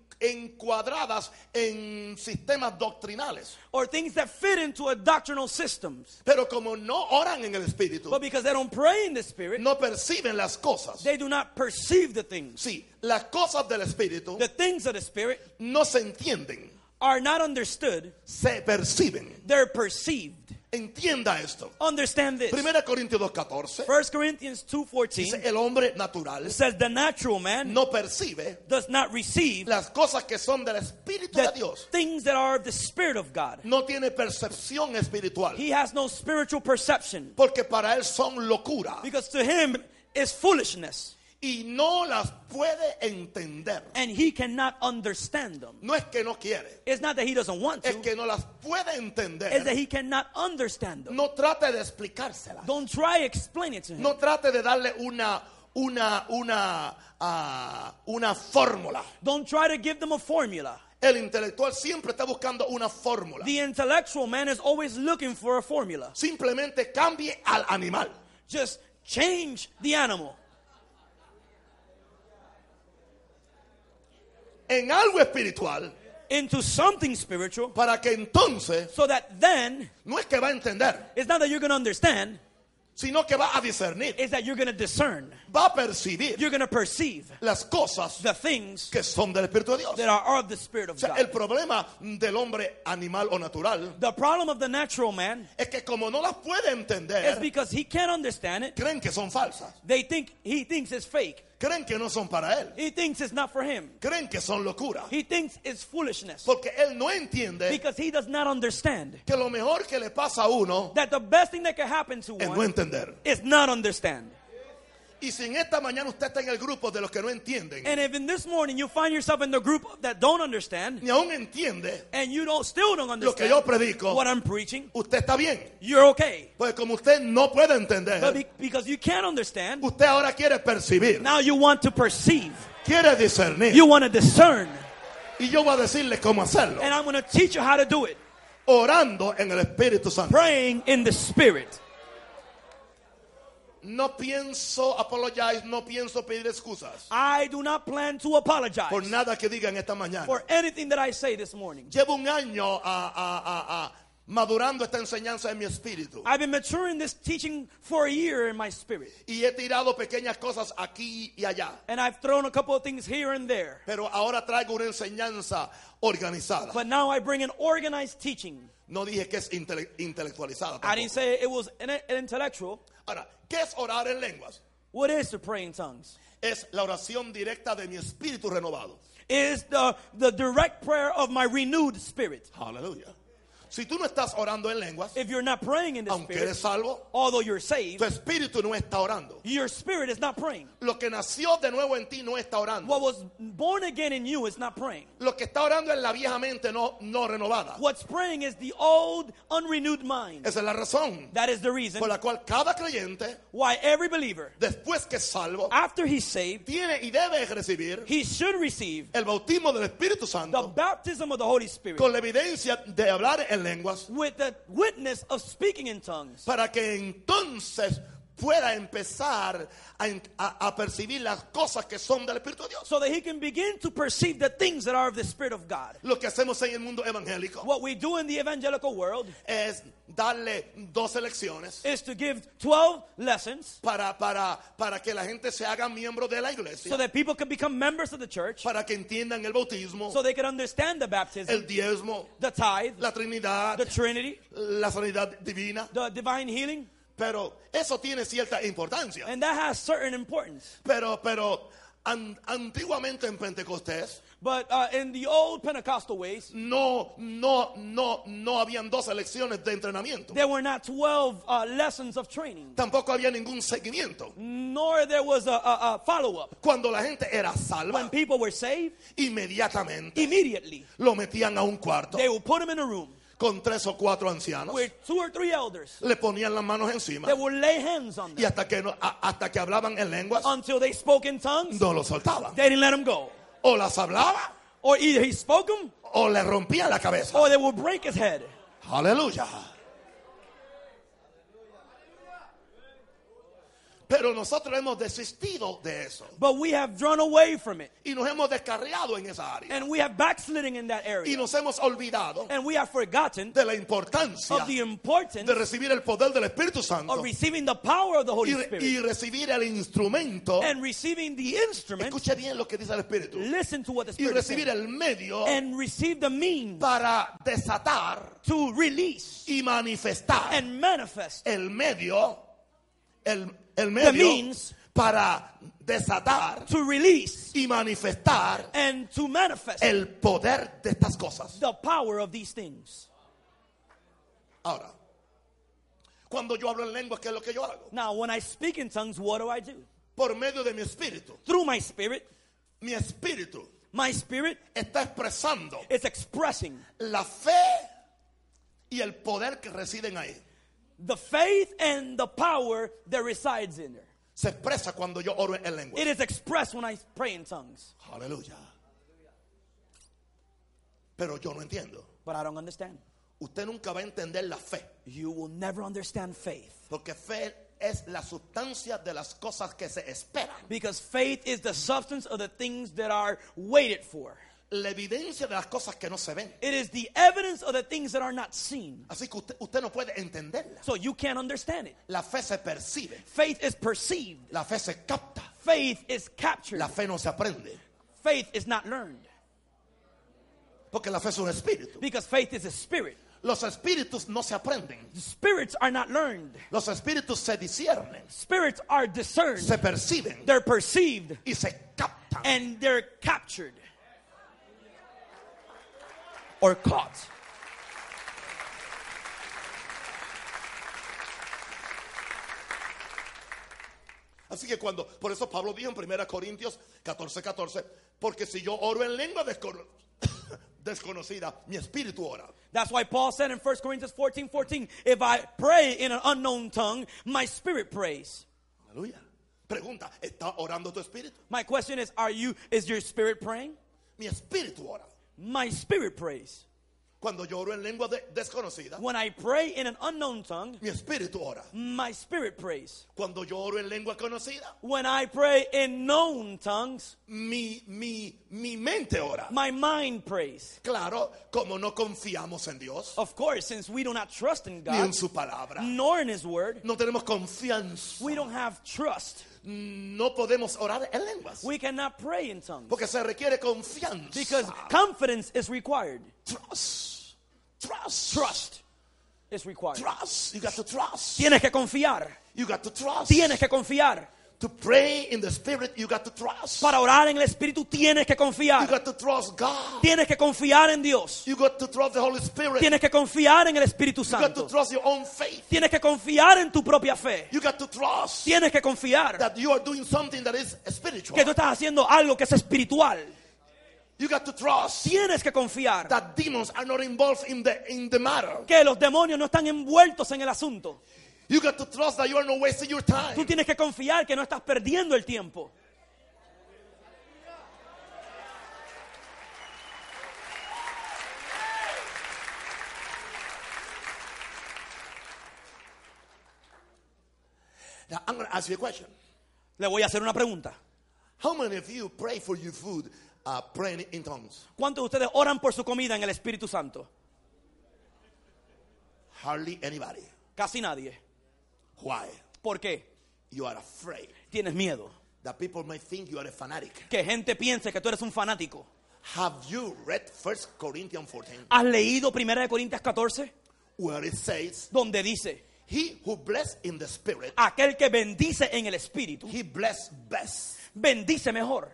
Speaker 1: encuadradas en sistemas doctrinales.
Speaker 2: or things that fit into a doctrinal systems.
Speaker 1: Pero como no oran en el Espíritu,
Speaker 2: But because they don't pray in the Spirit,
Speaker 1: no perciben las cosas.
Speaker 2: they do not perceive the things.
Speaker 1: Sí, las cosas del Espíritu
Speaker 2: The things of the Spirit
Speaker 1: no se entienden,
Speaker 2: are not understood,
Speaker 1: se perciben.
Speaker 2: they're perceived.
Speaker 1: Entienda esto.
Speaker 2: Understand this.
Speaker 1: 1 Corintios 2.14
Speaker 2: 1 Corinthians 2.14
Speaker 1: dice, el hombre natural
Speaker 2: says the natural man
Speaker 1: no percibe
Speaker 2: does not receive
Speaker 1: las cosas que son del Espíritu de
Speaker 2: the
Speaker 1: Dios.
Speaker 2: things that are of the Spirit of God.
Speaker 1: No tiene percepción espiritual.
Speaker 2: He has no spiritual perception
Speaker 1: Porque para él son locura.
Speaker 2: because to him is foolishness
Speaker 1: Y no las puede entender.
Speaker 2: and he cannot understand them.
Speaker 1: No es que no quiere.
Speaker 2: It's not that he doesn't want
Speaker 1: Es
Speaker 2: to,
Speaker 1: que no las puede
Speaker 2: it's that
Speaker 1: entender.
Speaker 2: he cannot understand them.
Speaker 1: No trate de explicárselas.
Speaker 2: Don't try explain it to him.
Speaker 1: No trate de darle una, una, una, ah, una fórmula.
Speaker 2: Don't try to give them a formula.
Speaker 1: El intelectual siempre está buscando una fórmula.
Speaker 2: The intellectual man is always looking for a formula.
Speaker 1: Simplemente cambie al animal.
Speaker 2: Just change the animal.
Speaker 1: En algo espiritual.
Speaker 2: into something spiritual
Speaker 1: Para que entonces,
Speaker 2: so that then
Speaker 1: no es que va a entender,
Speaker 2: it's not that you're going to understand
Speaker 1: sino que va a discernir.
Speaker 2: it's that you're going to discern
Speaker 1: Va a percibir
Speaker 2: you're going to perceive
Speaker 1: las cosas
Speaker 2: the things
Speaker 1: que son del Espíritu de Dios.
Speaker 2: that are of the spirit of
Speaker 1: O sea, el
Speaker 2: god
Speaker 1: problema del hombre animal o natural
Speaker 2: the problem of the natural man
Speaker 1: es que como no las puede
Speaker 2: is
Speaker 1: entender,
Speaker 2: because he can't understand it
Speaker 1: creen que son falsas,
Speaker 2: they think he thinks it's fake
Speaker 1: creen que no son para él,
Speaker 2: he thinks it's not for him
Speaker 1: creen que son locura,
Speaker 2: he thinks it's foolishness
Speaker 1: porque él no entiende
Speaker 2: because he does not understand
Speaker 1: que lo mejor que le pasa a uno
Speaker 2: that the best thing that can happen to
Speaker 1: es no
Speaker 2: one
Speaker 1: entender.
Speaker 2: is not understand
Speaker 1: Y si en esta mañana usted está en el grupo de los que no entienden,
Speaker 2: and if in this morning you find yourself in the group that don't understand
Speaker 1: ni aún entiende
Speaker 2: and you don't still don't
Speaker 1: lo que yo
Speaker 2: understand
Speaker 1: predico,
Speaker 2: what i'm preaching
Speaker 1: usted está bien.
Speaker 2: you're okay.
Speaker 1: Pues como usted no puede
Speaker 2: But
Speaker 1: entender,
Speaker 2: be- because you can't understand,
Speaker 1: usted ahora quiere percibir,
Speaker 2: now you want to perceive.
Speaker 1: quiere discernir.
Speaker 2: You want to discern.
Speaker 1: Y yo voy a decirle cómo hacerlo.
Speaker 2: And I'm going to teach you how to do it.
Speaker 1: Orando en el Espíritu Santo.
Speaker 2: Praying in the Spirit.
Speaker 1: No pienso apologize, no pienso pedir excusas
Speaker 2: I do not plan to apologize
Speaker 1: por nada que digan esta mañana.
Speaker 2: for anything that I say this morning.
Speaker 1: Llevo un año ah, ah, ah, ah, madurando esta enseñanza en mi espíritu
Speaker 2: I've been maturing this teaching for a year in my spirit.
Speaker 1: y he tirado pequeñas cosas aquí y allá,
Speaker 2: And I've thrown a couple of things here and there.
Speaker 1: pero ahora traigo una enseñanza organizada.
Speaker 2: But now I bring an organized teaching.
Speaker 1: No dije que es intele- intelectualizada.
Speaker 2: I
Speaker 1: tampoco.
Speaker 2: didn't say it was an, an intellectual.
Speaker 1: Ahora, ¿qué es orar en lenguas?
Speaker 2: What is to pray in tongues?
Speaker 1: Es la oración directa de mi espíritu renovado.
Speaker 2: It is the, the direct prayer of my renewed spirit.
Speaker 1: Aleluya. Si tú no estás orando en lenguas,
Speaker 2: If you're not praying in the
Speaker 1: aunque eres
Speaker 2: spirit,
Speaker 1: salvo,
Speaker 2: although you're
Speaker 1: tu
Speaker 2: saved,
Speaker 1: espíritu no está orando.
Speaker 2: your spirit is not praying.
Speaker 1: Lo que nació de nuevo en ti no está orando.
Speaker 2: What was born again in you is not praying.
Speaker 1: Lo que está orando es la vieja mente no, no renovada.
Speaker 2: What's praying is the old, unrenewed mind.
Speaker 1: Esa es la razón
Speaker 2: That is the reason
Speaker 1: por la cual cada creyente,
Speaker 2: why every believer,
Speaker 1: después que es salvo,
Speaker 2: after he's saved,
Speaker 1: tiene y debe recibir
Speaker 2: he should receive
Speaker 1: el bautismo del Espíritu
Speaker 2: the
Speaker 1: Santo
Speaker 2: baptism of the Holy Spirit
Speaker 1: con la evidencia de hablar en lenguas
Speaker 2: with the witness of speaking in tongues
Speaker 1: para que entonces pueda empezar a, en- a- a percibir las cosas que son del Espíritu de Dios.
Speaker 2: so that he can begin to perceive the things that are of the Spirit of God.
Speaker 1: Lo que hacemos en el mundo evangélico
Speaker 2: What we do in the evangelical world
Speaker 1: es darle dos elecciones
Speaker 2: is to give 12 lessons
Speaker 1: para, para, para que la gente se haga miembro de la
Speaker 2: so
Speaker 1: iglesia,
Speaker 2: that people can become members of the church.
Speaker 1: para que entiendan el bautismo,
Speaker 2: so they could understand the baptism,
Speaker 1: el diezmo,
Speaker 2: the tithe,
Speaker 1: la Trinidad,
Speaker 2: the Trinity,
Speaker 1: la sanidad divina.
Speaker 2: the divine healing,
Speaker 1: Pero eso tiene cierta importancia.
Speaker 2: and that has certain importance.
Speaker 1: Pero, pero an- antiguamente en Pentecostés,
Speaker 2: But uh, in the old Pentecostal ways,
Speaker 1: No, no, no, no habían dos elecciones de entrenamiento.
Speaker 2: there were not 12 uh, lessons of training,
Speaker 1: Tampoco había ningún seguimiento.
Speaker 2: nor there was a, a, a follow up.
Speaker 1: Cuando la gente era
Speaker 2: When
Speaker 1: salva,
Speaker 2: people were saved,
Speaker 1: inmediatamente
Speaker 2: immediately
Speaker 1: lo metían a un cuarto
Speaker 2: they would put them in a room
Speaker 1: con tres o cuatro ancianos,
Speaker 2: with two or three elders
Speaker 1: le ponían las manos encima
Speaker 2: that would lay hands on
Speaker 1: y
Speaker 2: them
Speaker 1: hasta que, no- a- hasta que hablaban en lenguas
Speaker 2: until they spoke in tongues.
Speaker 1: no lo soltaban.
Speaker 2: They didn't let them go.
Speaker 1: O las hablaba
Speaker 2: Or either he spoke them
Speaker 1: o le rompía la cabeza.
Speaker 2: or they would break his head.
Speaker 1: Aleluya. Pero nosotros hemos desistido de eso
Speaker 2: But we have drawn away from it
Speaker 1: y nos hemos descarriado en esa área
Speaker 2: and we have backsliding in that
Speaker 1: y
Speaker 2: area.
Speaker 1: nos hemos olvidado
Speaker 2: And we have forgotten
Speaker 1: de la importancia
Speaker 2: of the importance
Speaker 1: de recibir el poder del Espíritu Santo
Speaker 2: of receiving the power of the Holy
Speaker 1: y, re- y
Speaker 2: Spirit
Speaker 1: recibir el instrumento.
Speaker 2: and receiving the instrument.
Speaker 1: Escucha bien lo que dice el Espíritu.
Speaker 2: Listen to what the
Speaker 1: Y
Speaker 2: Spirit is
Speaker 1: recibir
Speaker 2: saying.
Speaker 1: el medio
Speaker 2: And receive the means
Speaker 1: para desatar
Speaker 2: to release
Speaker 1: y manifestar
Speaker 2: and manifest
Speaker 1: el medio, el, el
Speaker 2: The
Speaker 1: medio
Speaker 2: means
Speaker 1: para desatar
Speaker 2: to release
Speaker 1: y manifestar
Speaker 2: and to manifest
Speaker 1: el poder de estas cosas.
Speaker 2: the power of these things.
Speaker 1: Ahora, cuando yo hablo en lengua, ¿qué es lo que yo hago?
Speaker 2: Now, when I speak in tongues, what do I do?
Speaker 1: Por medio de mi espíritu.
Speaker 2: Through my spirit,
Speaker 1: Mi espíritu
Speaker 2: my spirit
Speaker 1: está expresando
Speaker 2: is expressing
Speaker 1: la fe y el poder que residen ahí.
Speaker 2: the faith and the power that resides in there.
Speaker 1: Se expresa cuando yo oro en lengua.
Speaker 2: It is expressed when I pray in tongues,
Speaker 1: Aleluya. Pero yo no entiendo.
Speaker 2: but I don't understand.
Speaker 1: Usted nunca va a entender la fe.
Speaker 2: You will never understand faith.
Speaker 1: Porque fe es la sustancia de las cosas que se esperan.
Speaker 2: Because faith is the substance of the things that are waited for.
Speaker 1: La evidencia de las cosas que no se ven.
Speaker 2: It is the evidence of the things that are not seen.
Speaker 1: Así que usted, usted no puede entenderla.
Speaker 2: So you can't understand it.
Speaker 1: La fe se percibe.
Speaker 2: Faith is perceived.
Speaker 1: La fe se capta.
Speaker 2: Faith is captured.
Speaker 1: La fe no se aprende.
Speaker 2: Faith is not learned.
Speaker 1: Porque la fe es un espíritu.
Speaker 2: Because faith is a spirit.
Speaker 1: Los espíritus no se aprenden.
Speaker 2: Spirits are not learned.
Speaker 1: Los espíritus se disciernen.
Speaker 2: Spirits are discerned.
Speaker 1: Se perciben.
Speaker 2: They're perceived
Speaker 1: Y se captan.
Speaker 2: and they're captured or caught.
Speaker 1: Así que cuando, por eso Pablo dijo en 1 Corintios 14, 14, porque si yo oro en lengua descono- [COUGHS] desconocida, mi espíritu ora.
Speaker 2: That's why Paul said in 1 Corinthians 14 14, if I pray in an unknown tongue, my spirit prays.
Speaker 1: Aleluya. Pregunta, ¿está orando tu espíritu?
Speaker 2: My question is, are you, is your spirit praying?
Speaker 1: Mi espíritu ora.
Speaker 2: My spirit prays.
Speaker 1: Cuando yo oro en lengua de- desconocida,
Speaker 2: When I pray in an unknown tongue,
Speaker 1: mi espíritu ora.
Speaker 2: my spirit prays.
Speaker 1: Cuando yo oro en lengua conocida,
Speaker 2: When I pray in known tongues,
Speaker 1: mi, mi, mi mente ora.
Speaker 2: my mind prays.
Speaker 1: Claro, como no confiamos en Dios,
Speaker 2: Of course, since we do not trust in
Speaker 1: ni en
Speaker 2: Oh, God,
Speaker 1: su palabra,
Speaker 2: nor in His Word,
Speaker 1: no tenemos confianza,
Speaker 2: we don't have trust.
Speaker 1: no podemos orar en lenguas.
Speaker 2: We cannot pray in tongues
Speaker 1: Porque se requiere confianza.
Speaker 2: because confidence is required.
Speaker 1: Trust. Trust.
Speaker 2: Trust is required.
Speaker 1: Trust. You got to trust.
Speaker 2: Tienes que confiar.
Speaker 1: You got to trust.
Speaker 2: Tienes que confiar.
Speaker 1: To pray in the spirit, you got to trust.
Speaker 2: Para orar en el Espíritu tienes que
Speaker 1: You
Speaker 2: confiar.
Speaker 1: got to trust God.
Speaker 2: Tienes que confiar en Dios.
Speaker 1: You got to trust the Holy Spirit. You
Speaker 2: Tienes que confiar en el Espíritu
Speaker 1: got to
Speaker 2: Santo.
Speaker 1: trust your own faith.
Speaker 2: Tienes que confiar en tu propia fe.
Speaker 1: You got to trust
Speaker 2: Tienes que confiar
Speaker 1: that you are doing something that is spiritual.
Speaker 2: que tú estás haciendo algo que es espiritual.
Speaker 1: You got to trust
Speaker 2: Tienes que confiar
Speaker 1: that demons are not involved in the in the matter.
Speaker 2: que los demonios no están envueltos en el asunto.
Speaker 1: You got to trust that you are not wasting your
Speaker 2: Tú
Speaker 1: time.
Speaker 2: tienes que confiar que no estás perdiendo el tiempo.
Speaker 1: Now I'm going to ask you a question.
Speaker 2: Le voy a hacer una pregunta.
Speaker 1: How many of you pray for your food uh, praying in tongues?
Speaker 2: ¿Cuántos de ustedes oran por su comida en el Espíritu Santo?
Speaker 1: Hardly anybody.
Speaker 2: Casi nadie.
Speaker 1: Why?
Speaker 2: ¿Por qué?
Speaker 1: You are afraid
Speaker 2: Tienes miedo.
Speaker 1: that people may think you are a fanatic.
Speaker 2: Que gente piense que tú eres un fanático.
Speaker 1: Have you read 1 Corinthians 14
Speaker 2: ¿Has leído 1 de Corintios 14?
Speaker 1: where it says,
Speaker 2: Donde dice,
Speaker 1: He who bless in the spirit,
Speaker 2: aquel que bendice en el Espíritu,
Speaker 1: he bless best.
Speaker 2: bendice mejor.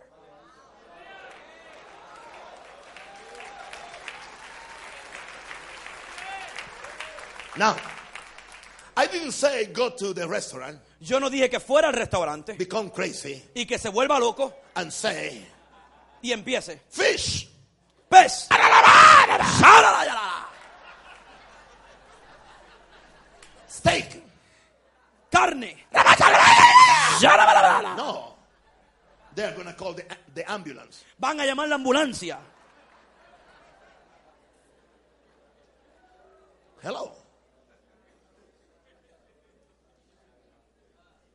Speaker 1: Now, I didn't say go to the restaurant,
Speaker 2: Yo no dije que fuera al restaurante
Speaker 1: become crazy,
Speaker 2: y que se vuelva loco
Speaker 1: and say,
Speaker 2: y empiece.
Speaker 1: fish.
Speaker 2: ¡Pez!
Speaker 1: steak.
Speaker 2: ¡Carne!
Speaker 1: No. They're going to call the, the ambulance.
Speaker 2: Van a llamar la ambulancia.
Speaker 1: Hello.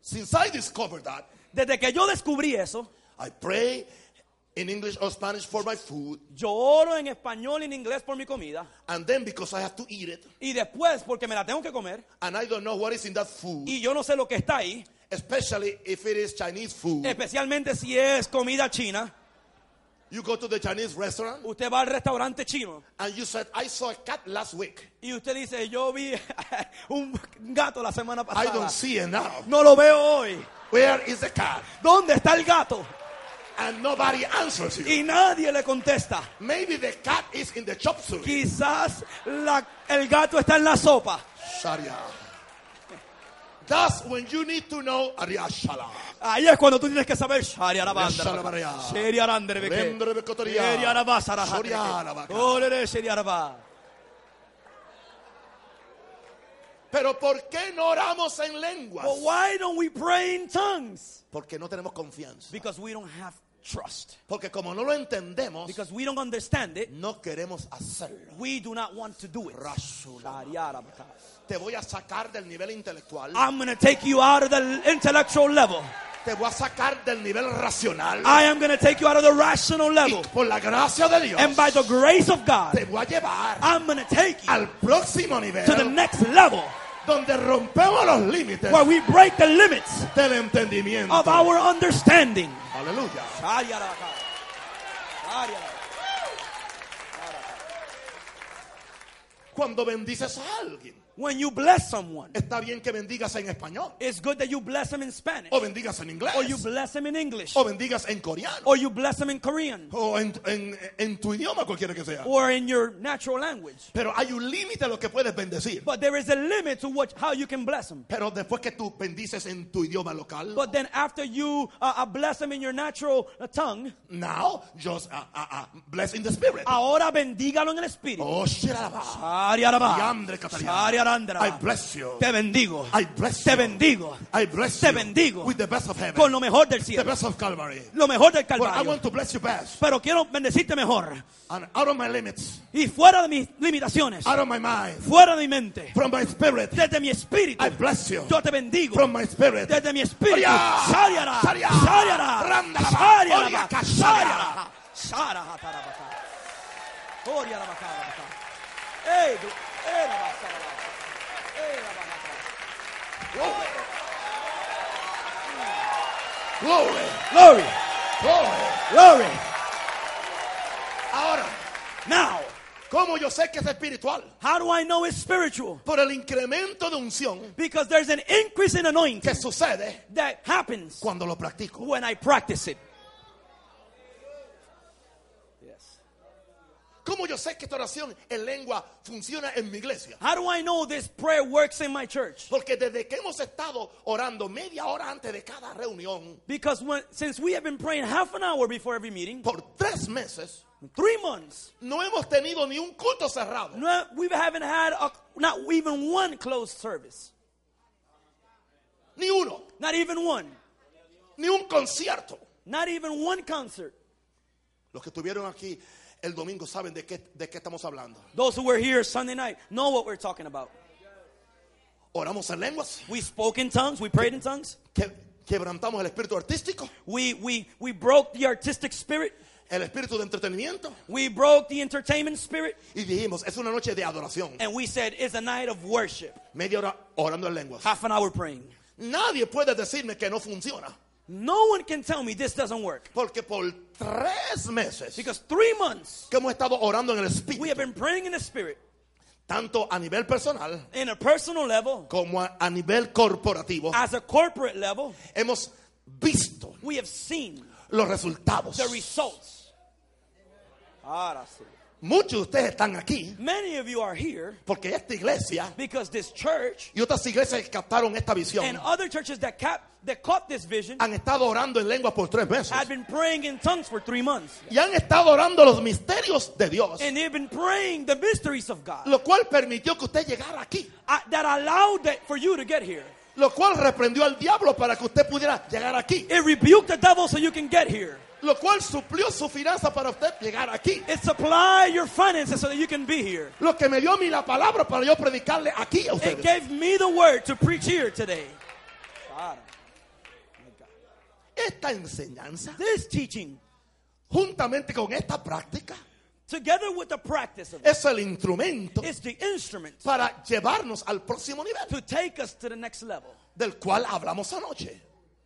Speaker 1: Since I discovered that,
Speaker 2: Desde que yo descubrí eso,
Speaker 1: I pray in English or Spanish for my food,
Speaker 2: yo oro en español y en inglés por mi comida.
Speaker 1: and then because I have to eat it,
Speaker 2: Y después, porque me la tengo que comer,
Speaker 1: and I don't know what is in that food,
Speaker 2: y yo no sé lo que está ahí,
Speaker 1: especially if it is Chinese food.
Speaker 2: especialmente si es comida china,
Speaker 1: You go to the Chinese restaurant
Speaker 2: usted va al restaurante chino
Speaker 1: and you said, I saw a cat last week.
Speaker 2: y usted dice, yo vi [LAUGHS] un gato la semana
Speaker 1: I don't
Speaker 2: pasada,
Speaker 1: see it now.
Speaker 2: no lo veo hoy,
Speaker 1: Where is the cat?
Speaker 2: ¿dónde está el gato?
Speaker 1: And nobody answers you.
Speaker 2: Y nadie le contesta.
Speaker 1: Maybe the cat is in the chop suey.
Speaker 2: Quizás la- el gato está en la sopa.
Speaker 1: Sharia. That's when you need to know Ariashala.
Speaker 2: Ahí es cuando tú tienes que saber Sharia la banda.
Speaker 1: Shalabaraya.
Speaker 2: Sharia Randrebe.
Speaker 1: Rendrebe Cotoria.
Speaker 2: Sharia la basa la
Speaker 1: Shoria
Speaker 2: jatreke.
Speaker 1: la vaca.
Speaker 2: Olere Sharia la ba.
Speaker 1: Pero ¿por qué no oramos en lenguas?
Speaker 2: But why don't we pray in tongues?
Speaker 1: Porque no tenemos confianza.
Speaker 2: Because we don't have trust.
Speaker 1: Porque como no lo entendemos,
Speaker 2: Because we don't understand it.
Speaker 1: no queremos hacerlo.
Speaker 2: We do not want to do it.
Speaker 1: Rasula.
Speaker 2: Sharia la baka.
Speaker 1: Te voy a sacar del nivel intelectual.
Speaker 2: I'm going to take you out of the intellectual level.
Speaker 1: Te voy a sacar del nivel racional.
Speaker 2: I am going to take you out of the rational level.
Speaker 1: Y por la gracia de Dios,
Speaker 2: And by the grace of God,
Speaker 1: te voy a llevar
Speaker 2: I'm going to take you
Speaker 1: al próximo nivel
Speaker 2: Ah. to the next level.
Speaker 1: donde rompemos los límites
Speaker 2: where we break the limits
Speaker 1: del entendimiento.
Speaker 2: of our understanding.
Speaker 1: Aleluya. Cuando bendices a alguien,
Speaker 2: When you bless someone,
Speaker 1: está bien que bendigas en español,
Speaker 2: it's good that you bless them in Spanish,
Speaker 1: o bendigas en inglés,
Speaker 2: or you bless them in English,
Speaker 1: o bendigas en coreano,
Speaker 2: or you bless them in Korean,
Speaker 1: o en, en- en tu idioma cualquiera que sea.
Speaker 2: or in your natural language.
Speaker 1: Pero hay un límite a lo que puedes bendecir.
Speaker 2: But there is a limit to what, how you can bless them.
Speaker 1: Pero después que tú bendices en tu idioma local,
Speaker 2: But then after you uh, uh, bless them in your natural uh, tongue,
Speaker 1: now just ah, ah, ah, bless in the spirit.
Speaker 2: ahora bendígalo en el espíritu.
Speaker 1: Oh, shiraraba. Yandre Catalina. I
Speaker 2: Te
Speaker 1: bless you.
Speaker 2: bendigo.
Speaker 1: I bless
Speaker 2: Te
Speaker 1: you.
Speaker 2: bendigo.
Speaker 1: I bless
Speaker 2: Te
Speaker 1: you.
Speaker 2: bendigo.
Speaker 1: With the best of heaven.
Speaker 2: Con lo mejor del
Speaker 1: the
Speaker 2: cielo.
Speaker 1: best of Calvary.
Speaker 2: Lo mejor del
Speaker 1: But I
Speaker 2: Calvario.
Speaker 1: want to bless you best.
Speaker 2: pero quiero bendecirte mejor.
Speaker 1: And out of my limits,
Speaker 2: Y fuera de mis limitaciones,
Speaker 1: out of my mind,
Speaker 2: fuera de mi mente,
Speaker 1: from my spirit,
Speaker 2: desde mi espíritu,
Speaker 1: I bless you.
Speaker 2: yo te bendigo.
Speaker 1: From my spirit.
Speaker 2: Desde mi espíritu,
Speaker 1: Sharia,
Speaker 2: Shariara,
Speaker 1: Sharia,
Speaker 2: Shariara,
Speaker 1: Randalaba,
Speaker 2: Shariara,
Speaker 1: Oriaka,
Speaker 2: Shariara, Sharahatarabaka, Oriarabakarabaka, Edu, Erabasarabaka, Erabasarabaka.
Speaker 1: Glory. Glory.
Speaker 2: Glory,
Speaker 1: Glory.
Speaker 2: glory.
Speaker 1: Ahora,
Speaker 2: Now,
Speaker 1: ¿cómo yo sé que es espiritual?
Speaker 2: how do I know it's spiritual?
Speaker 1: Por el incremento de unción
Speaker 2: Because there's an increase in anointing
Speaker 1: que sucede
Speaker 2: that happens
Speaker 1: cuando lo practico.
Speaker 2: when I practice it. Yes.
Speaker 1: ¿Cómo yo sé que esta oración en lengua funciona en mi iglesia?
Speaker 2: How do I know this prayer works in my church?
Speaker 1: Porque desde que hemos estado orando media hora antes de cada reunión,
Speaker 2: Because when, since we have been praying half an hour before every meeting,
Speaker 1: por tres meses,
Speaker 2: three months,
Speaker 1: no hemos tenido ni un culto cerrado.
Speaker 2: no, we haven't had a, not even one closed service,
Speaker 1: Ni uno,
Speaker 2: not even one,
Speaker 1: ni un concierto.
Speaker 2: not even one concert.
Speaker 1: Los que estuvieron aquí el domingo saben de qué, de qué estamos hablando.
Speaker 2: Those who were here Sunday night know what we're talking about.
Speaker 1: Oramos en lenguas,
Speaker 2: We spoke in tongues, we prayed in tongues,
Speaker 1: que- quebrantamos el espíritu artístico,
Speaker 2: we we we broke the artistic spirit,
Speaker 1: el espíritu de entretenimiento
Speaker 2: we broke the entertainment spirit,
Speaker 1: y dijimos, es una noche de adoración.
Speaker 2: and we said it's a night of worship.
Speaker 1: Media hora orando en lenguas.
Speaker 2: Half an hour praying.
Speaker 1: Nadie puede decirme que no funciona.
Speaker 2: No one can tell me this doesn't work.
Speaker 1: Porque por tres meses
Speaker 2: Because three months
Speaker 1: que hemos estado orando en el
Speaker 2: we
Speaker 1: Espíritu,
Speaker 2: have been praying in the spirit,
Speaker 1: tanto a nivel personal
Speaker 2: in a personal level,
Speaker 1: como a, a nivel corporativo,
Speaker 2: as a corporate level,
Speaker 1: hemos visto
Speaker 2: we have seen
Speaker 1: los resultados.
Speaker 2: the results. Ahora sí.
Speaker 1: Muchos de ustedes están aquí
Speaker 2: Many of you are here
Speaker 1: porque esta iglesia
Speaker 2: because this church
Speaker 1: y otras iglesias que captaron esta
Speaker 2: and
Speaker 1: visión
Speaker 2: other churches that cap that caught this vision
Speaker 1: han estado orando en lengua por tres meses
Speaker 2: had been praying in tongues for three months.
Speaker 1: y han estado orando los misterios de Dios,
Speaker 2: And they've been praying the mysteries of God
Speaker 1: lo cual permitió que usted llegara aquí,
Speaker 2: I, that allowed that for you to get here.
Speaker 1: lo cual reprendió al diablo para que usted pudiera llegar aquí,
Speaker 2: It rebuked the devil so you can get here.
Speaker 1: lo cual suplió su finanza para usted llegar aquí,
Speaker 2: It supplied your finances so that you can be here.
Speaker 1: lo que me dio a mí la palabra para yo predicarle aquí a
Speaker 2: It
Speaker 1: ustedes.
Speaker 2: gave me the word to preach here today.
Speaker 1: Esta enseñanza,
Speaker 2: This teaching,
Speaker 1: juntamente con esta práctica,
Speaker 2: together with the practice of it,
Speaker 1: es el instrumento
Speaker 2: is the instrument
Speaker 1: para llevarnos al próximo nivel,
Speaker 2: to take us to the next level
Speaker 1: del cual hablamos anoche.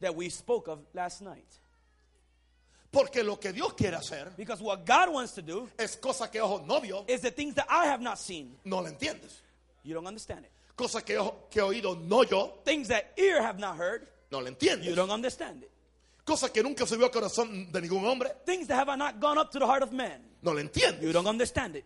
Speaker 2: that we spoke of last night.
Speaker 1: Porque lo que Dios quiere hacer
Speaker 2: Because what God wants to do
Speaker 1: es cosa que ojos no vio,
Speaker 2: is the things that I have not seen.
Speaker 1: no lo entiendes.
Speaker 2: You don't understand it.
Speaker 1: Cosa que, ojo- que oído no yo,
Speaker 2: Things that ear have not heard.
Speaker 1: no lo
Speaker 2: You
Speaker 1: entiendes.
Speaker 2: don't understand it.
Speaker 1: Cosa que nunca subió al corazón de ningún hombre,
Speaker 2: Things that have not gone up to the heart of man.
Speaker 1: no lo
Speaker 2: You
Speaker 1: entiendes.
Speaker 2: don't understand it.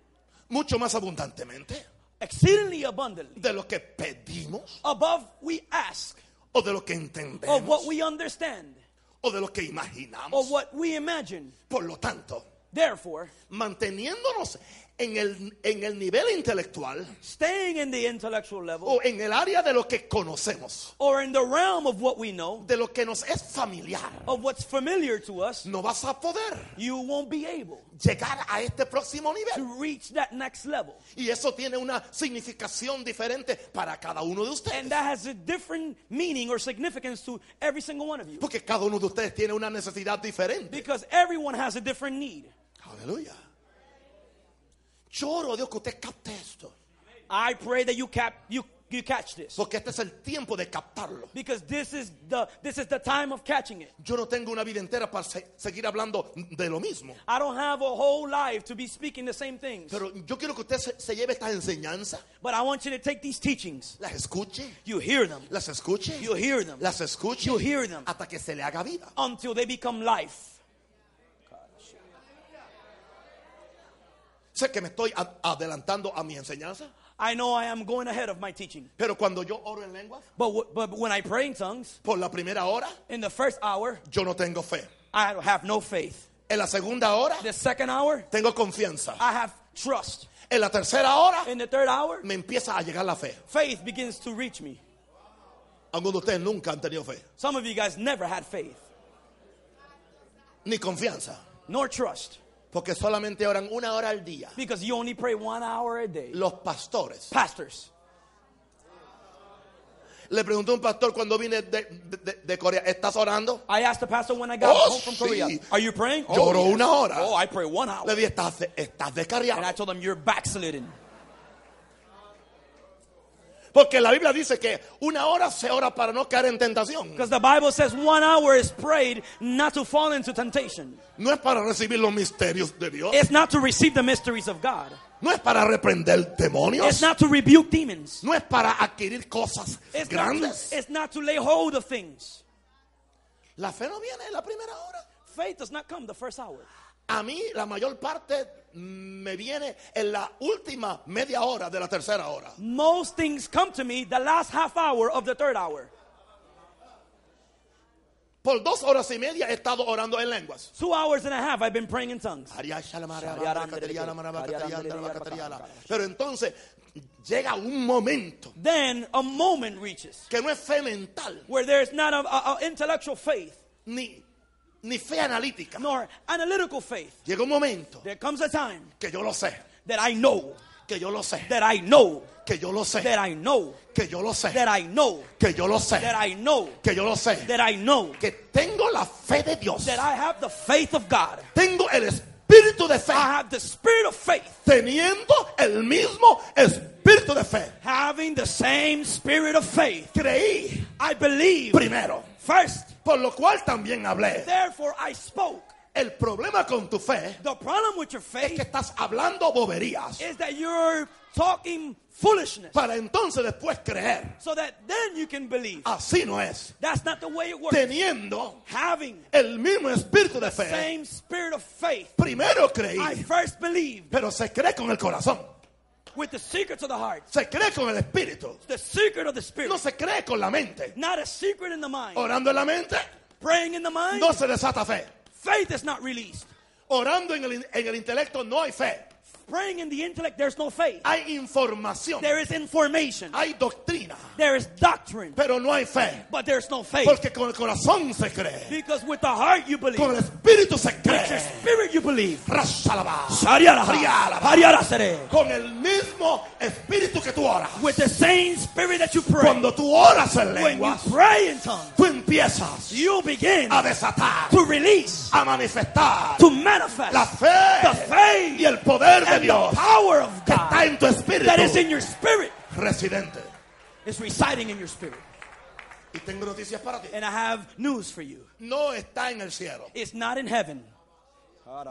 Speaker 1: Mucho más abundantemente
Speaker 2: Exceedingly abundantly.
Speaker 1: de lo que pedimos,
Speaker 2: Above we ask
Speaker 1: o de lo que
Speaker 2: of what
Speaker 1: entendemos,
Speaker 2: we understand
Speaker 1: o de lo que
Speaker 2: or
Speaker 1: imaginamos.
Speaker 2: what we imagine.
Speaker 1: Por lo tanto,
Speaker 2: Therefore,
Speaker 1: manteniéndonos en el, en el nivel intelectual
Speaker 2: staying in the intellectual level
Speaker 1: o en el área de lo que conocemos,
Speaker 2: or in the realm of what we know,
Speaker 1: de lo que nos es familiar,
Speaker 2: of what's familiar to us,
Speaker 1: no vas a poder
Speaker 2: you won't be able
Speaker 1: llegar a este próximo nivel.
Speaker 2: to reach that next level.
Speaker 1: Y eso tiene una significación diferente para cada uno de
Speaker 2: And
Speaker 1: ustedes.
Speaker 2: that has a different meaning or significance to every single one of you.
Speaker 1: Porque cada uno de ustedes tiene una necesidad diferente.
Speaker 2: Because everyone has a different need.
Speaker 1: Aleluya. Yo oro a Dios que usted capte esto.
Speaker 2: I pray that you cap you you catch this.
Speaker 1: Porque este es el tiempo de captarlo.
Speaker 2: Because this is the this is the time of catching it.
Speaker 1: Yo no tengo una vida entera para se- seguir hablando de lo mismo.
Speaker 2: I don't have a whole life to be speaking the same things.
Speaker 1: Pero yo quiero que usted se, se lleve estas enseñanzas,
Speaker 2: But I want you to take these teachings.
Speaker 1: las escuche,
Speaker 2: You hear them.
Speaker 1: las escuche,
Speaker 2: You hear them.
Speaker 1: las escuche,
Speaker 2: You hear them.
Speaker 1: hasta que se le haga vida.
Speaker 2: Until they become life.
Speaker 1: Sé que me estoy a- adelantando a mi enseñanza,
Speaker 2: I know I am going ahead of my teaching.
Speaker 1: pero cuando yo oro en lenguas,
Speaker 2: But, w- but when I pray in tongues,
Speaker 1: por la primera hora,
Speaker 2: in the first hour,
Speaker 1: yo no tengo fe.
Speaker 2: I have no faith.
Speaker 1: En la segunda hora
Speaker 2: The second hour,
Speaker 1: tengo confianza.
Speaker 2: I have trust.
Speaker 1: En la tercera hora
Speaker 2: In the third hour,
Speaker 1: me empieza a llegar la fe.
Speaker 2: faith begins to reach me.
Speaker 1: Algunos de ustedes nunca han tenido fe,
Speaker 2: Some of you guys never had faith
Speaker 1: ni confianza,
Speaker 2: nor trust
Speaker 1: porque solamente oran una hora al día.
Speaker 2: because you only pray one hour a day.
Speaker 1: Los pastores.
Speaker 2: Pastors,
Speaker 1: Le pregunté a un pastor cuando vine de, de- de Corea, ¿estás orando?
Speaker 2: I asked the pastor when I got
Speaker 1: Oh,
Speaker 2: home from
Speaker 1: sí.
Speaker 2: Korea, Are you praying?
Speaker 1: Yo oro una hora.
Speaker 2: Oh, I pray one
Speaker 1: Le
Speaker 2: hour.
Speaker 1: dije, estás, de- estás
Speaker 2: And I
Speaker 1: descarriado.
Speaker 2: told him, You're backslidden.
Speaker 1: Porque la Biblia dice que una hora se ora para no caer en tentación.
Speaker 2: Because the Bible says one hour is prayed not to fall into temptation.
Speaker 1: No es para recibir los misterios de Dios.
Speaker 2: It's not to receive the mysteries of God.
Speaker 1: No es para reprender
Speaker 2: It's
Speaker 1: demonios.
Speaker 2: not to rebuke demons.
Speaker 1: No es para adquirir cosas
Speaker 2: It's not, to,
Speaker 1: grandes.
Speaker 2: it's not to lay hold of things.
Speaker 1: La fe no viene en la primera hora.
Speaker 2: Faith does not come the first hour.
Speaker 1: A mí la mayor parte me viene en la última media hora de la tercera hora.
Speaker 2: Most things come to me the last half hour of the third hour.
Speaker 1: Por dos horas y media he estado orando en lenguas.
Speaker 2: Two hours and a half I've been praying in tongues.
Speaker 1: Pero entonces llega un momento
Speaker 2: Then a moment reaches
Speaker 1: que no es fe mental
Speaker 2: where there's not an intellectual faith
Speaker 1: ni, ni fe analítica.
Speaker 2: nor analytical faith.
Speaker 1: Llega un momento
Speaker 2: There comes a time
Speaker 1: que yo lo sé,
Speaker 2: that I know,
Speaker 1: que yo lo sé,
Speaker 2: that I know,
Speaker 1: que yo lo sé,
Speaker 2: that I know,
Speaker 1: que yo lo sé,
Speaker 2: that I know,
Speaker 1: que yo lo sé,
Speaker 2: that I know,
Speaker 1: que yo lo sé,
Speaker 2: that I know,
Speaker 1: que tengo la fe de Dios.
Speaker 2: that I have the faith of God.
Speaker 1: Tengo el espíritu de fe.
Speaker 2: I have the spirit of faith,
Speaker 1: teniendo el mismo espíritu de fe.
Speaker 2: having the same spirit of faith.
Speaker 1: Creí
Speaker 2: I believe
Speaker 1: primero,
Speaker 2: first,
Speaker 1: por lo cual también hablé.
Speaker 2: therefore I spoke.
Speaker 1: El problema con tu fe
Speaker 2: The problem with your
Speaker 1: es que
Speaker 2: faith
Speaker 1: estás hablando boberías.
Speaker 2: is that you're talking foolishness
Speaker 1: para entonces después creer.
Speaker 2: so that then you can believe.
Speaker 1: Así no es.
Speaker 2: That's not the way it works.
Speaker 1: Teniendo
Speaker 2: Having
Speaker 1: el mismo espíritu de fe,
Speaker 2: same spirit of faith,
Speaker 1: primero
Speaker 2: I
Speaker 1: creí,
Speaker 2: first believed
Speaker 1: pero se cree con el corazón,
Speaker 2: with the secrets of the heart,
Speaker 1: se cree con el espíritu,
Speaker 2: the secret of the
Speaker 1: no
Speaker 2: spirit,
Speaker 1: se cree con la mente.
Speaker 2: not a secret in the mind.
Speaker 1: Orando en la mente,
Speaker 2: Praying in the mind,
Speaker 1: no se desata fe.
Speaker 2: faith is not released.
Speaker 1: Orando en el, en el intelecto no hay fe,
Speaker 2: Praying in the intellect, there's no faith.
Speaker 1: hay información,
Speaker 2: There is information,
Speaker 1: hay doctrina,
Speaker 2: there is doctrine,
Speaker 1: pero no hay fe,
Speaker 2: but there's no faith.
Speaker 1: porque con el corazón se cree,
Speaker 2: Because with the heart you
Speaker 1: con
Speaker 2: believe,
Speaker 1: el espíritu se
Speaker 2: with your
Speaker 1: cree.
Speaker 2: spirit you believe.
Speaker 1: Rasalaba.
Speaker 2: Shariaraha, Hariarasere.
Speaker 1: Con el mismo espíritu que tú oras.
Speaker 2: With the same spirit that you pray,
Speaker 1: Cuando tú oras en
Speaker 2: when you
Speaker 1: lenguas,
Speaker 2: pray in tongues,
Speaker 1: tú empiezas
Speaker 2: you begin
Speaker 1: a desatar,
Speaker 2: to release,
Speaker 1: a manifestar
Speaker 2: to
Speaker 1: la
Speaker 2: manifest the
Speaker 1: fe y
Speaker 2: faith
Speaker 1: el poder de
Speaker 2: and the
Speaker 1: Dios
Speaker 2: power of
Speaker 1: que está
Speaker 2: God
Speaker 1: en tu espíritu
Speaker 2: that is in your spirit,
Speaker 1: residente.
Speaker 2: is residing in your spirit.
Speaker 1: Y tengo noticias para ti.
Speaker 2: And I have news for you
Speaker 1: No está en el cielo,
Speaker 2: it's not in heaven,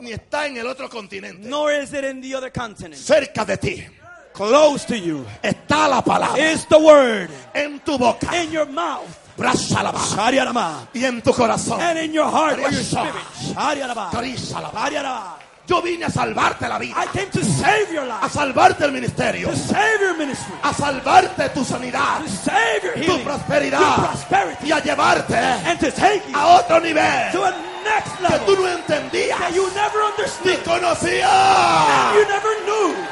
Speaker 1: ni está en el otro continente.
Speaker 2: nor is it in the other continent.
Speaker 1: Cerca de ti
Speaker 2: Close to you
Speaker 1: está la palabra
Speaker 2: is the word
Speaker 1: en tu boca,
Speaker 2: in your mouth.
Speaker 1: Rasalaba.
Speaker 2: Shariarama.
Speaker 1: y en tu corazón.
Speaker 2: And in your heart or your
Speaker 1: Ariasa.
Speaker 2: spirit. Shariarama.
Speaker 1: Carízalaba.
Speaker 2: Shariarama.
Speaker 1: Yo vine a salvarte la vida,
Speaker 2: I came to save your
Speaker 1: a
Speaker 2: life,
Speaker 1: salvarte el ministerio,
Speaker 2: to save your ministry,
Speaker 1: a salvarte tu sanidad,
Speaker 2: to save your
Speaker 1: tu
Speaker 2: healing,
Speaker 1: prosperidad
Speaker 2: your prosperity,
Speaker 1: y a llevarte
Speaker 2: and to take you
Speaker 1: a otro nivel
Speaker 2: to a next
Speaker 1: que tú
Speaker 2: level
Speaker 1: no entendías
Speaker 2: that you never
Speaker 1: ni
Speaker 2: understood,
Speaker 1: conocías.
Speaker 2: you never knew.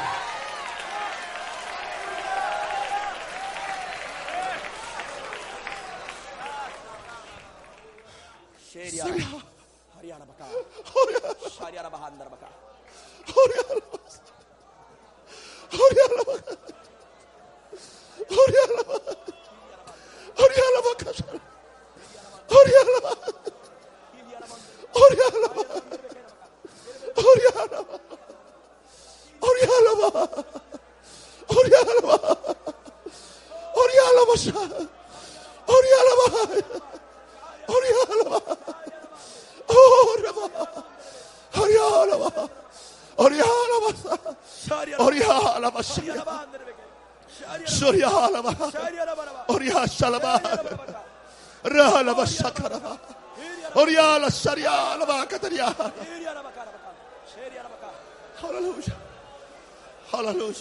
Speaker 1: Oriala, Shariala, Bakataria. Hallelujah. Hallelujah.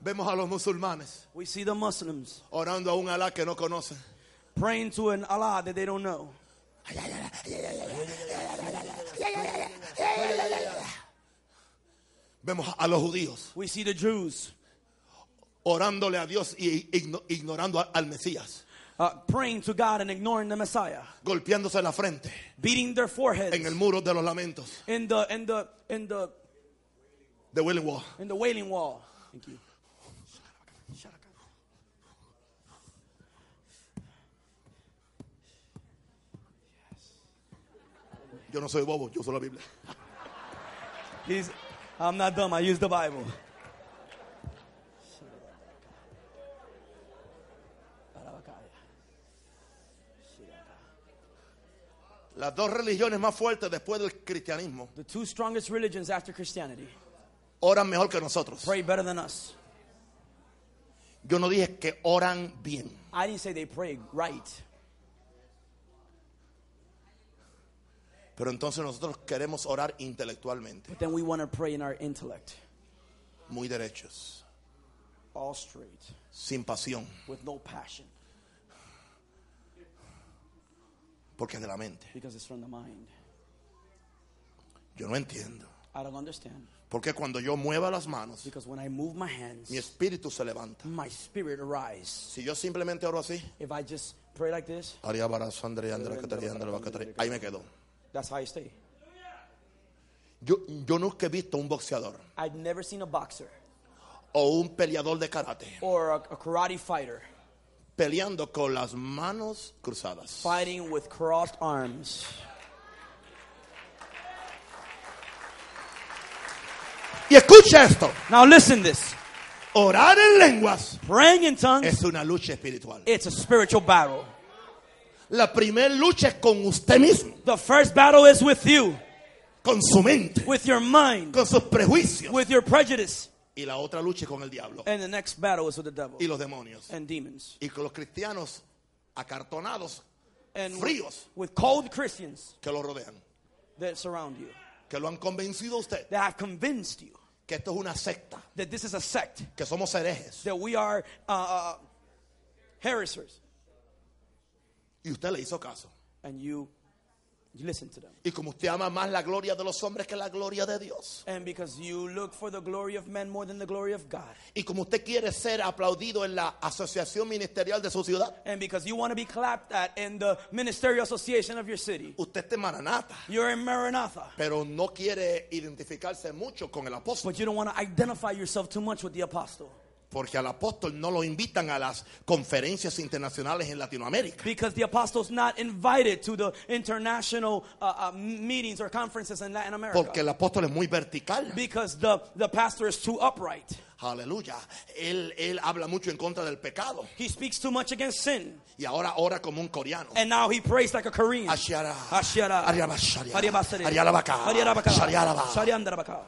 Speaker 1: Vemos a los musulmanes
Speaker 2: We see the Muslims
Speaker 1: orando a un Alá que no conocen.
Speaker 2: praying to an Allah that they don't know.
Speaker 1: Vemos a los judíos
Speaker 2: We see the Jews
Speaker 1: orándole a Dios y igno- ignorando a- al Mesías,
Speaker 2: uh, praying to God and ignoring the Messiah,
Speaker 1: golpeándose la frente
Speaker 2: beating their foreheads
Speaker 1: en el muro de los lamentos
Speaker 2: in the in the in the
Speaker 1: de Willing Wall.
Speaker 2: in the wailing wall. Thank you.
Speaker 1: Yo no soy bobo, yo soy la Biblia.
Speaker 2: He's, I'm not dumb. I use the Bible.
Speaker 1: Las dos religiones más fuertes después del cristianismo
Speaker 2: The two strongest religions after Christianity
Speaker 1: oran mejor que nosotros.
Speaker 2: pray better than us.
Speaker 1: Yo no dije que oran bien.
Speaker 2: I didn't say they pray right,
Speaker 1: Pero entonces nosotros queremos orar intelectualmente,
Speaker 2: but then we want to pray in our intellect,
Speaker 1: muy derechos,
Speaker 2: all straight,
Speaker 1: sin pasión,
Speaker 2: with no passion,
Speaker 1: porque es de la mente.
Speaker 2: because it's from the mind.
Speaker 1: Yo no entiendo.
Speaker 2: I don't understand
Speaker 1: Porque cuando yo mueva las manos,
Speaker 2: because when I move my
Speaker 1: mi
Speaker 2: hands,
Speaker 1: espíritu se levanta.
Speaker 2: my spirit arises.
Speaker 1: Si yo simplemente oro así,
Speaker 2: If I just pray like this,
Speaker 1: Aria Barazo, Andrea, Andrea, Catarina, Andrea, Catarina, ahí me quedo.
Speaker 2: that's how I stay.
Speaker 1: Yo, yo nunca he visto un boxeador
Speaker 2: I've never seen a boxer
Speaker 1: o un peleador de karate
Speaker 2: or a, a karate fighter
Speaker 1: peleando con las manos cruzadas.
Speaker 2: fighting with crossed arms.
Speaker 1: Y escucha esto.
Speaker 2: Now listen this.
Speaker 1: Orar en lenguas
Speaker 2: Praying in tongues,
Speaker 1: es una lucha espiritual.
Speaker 2: it's a spiritual battle.
Speaker 1: La primera lucha es con usted mismo,
Speaker 2: The first battle is with you,
Speaker 1: con su mente,
Speaker 2: with your mind,
Speaker 1: con sus prejuicios.
Speaker 2: with your prejudice.
Speaker 1: Y la otra lucha es con el diablo
Speaker 2: And the next battle is with the devil
Speaker 1: y los demonios.
Speaker 2: and demons.
Speaker 1: Y con los cristianos acartonados
Speaker 2: And
Speaker 1: Fríos.
Speaker 2: with cold Christians
Speaker 1: que lo rodean,
Speaker 2: that surround you,
Speaker 1: que lo han convencido a usted
Speaker 2: that have convinced you
Speaker 1: que esto es una secta,
Speaker 2: that this is a sect,
Speaker 1: que somos herejes.
Speaker 2: that we are uh, uh, heresies.
Speaker 1: Y usted le hizo caso.
Speaker 2: And you, you listen to them.
Speaker 1: Y como usted ama más la gloria de los hombres que la gloria de Dios.
Speaker 2: And because you look for the glory of men more than the glory of God.
Speaker 1: Y como usted quiere ser aplaudido en la asociación ministerial de su ciudad.
Speaker 2: And because you want to be clapped at in the ministerial association of your city.
Speaker 1: Usted es Maranata,
Speaker 2: You're in Maranatha.
Speaker 1: pero no quiere identificarse mucho con el apóstol.
Speaker 2: But you don't want to identify yourself too much with the apostle.
Speaker 1: Porque al apóstol no lo invitan a las conferencias internacionales en Latinoamérica.
Speaker 2: Because the apostle's not invited to the international uh, uh, meetings or conferences in Latin America.
Speaker 1: Porque el apóstol es muy vertical.
Speaker 2: Because the, the pastor is too upright.
Speaker 1: Aleluya. Él, él habla mucho en contra del pecado.
Speaker 2: He speaks too much against sin.
Speaker 1: Y ahora ora como un coreano.
Speaker 2: And now he prays like a Korean.
Speaker 1: Ashiara.
Speaker 2: Eh, Ashiara.
Speaker 1: Ariabasharia.
Speaker 2: Ariabasare.
Speaker 1: Arialabaka.
Speaker 2: Ariarabaka.
Speaker 1: Shariaraba.
Speaker 2: Shariandarabaka.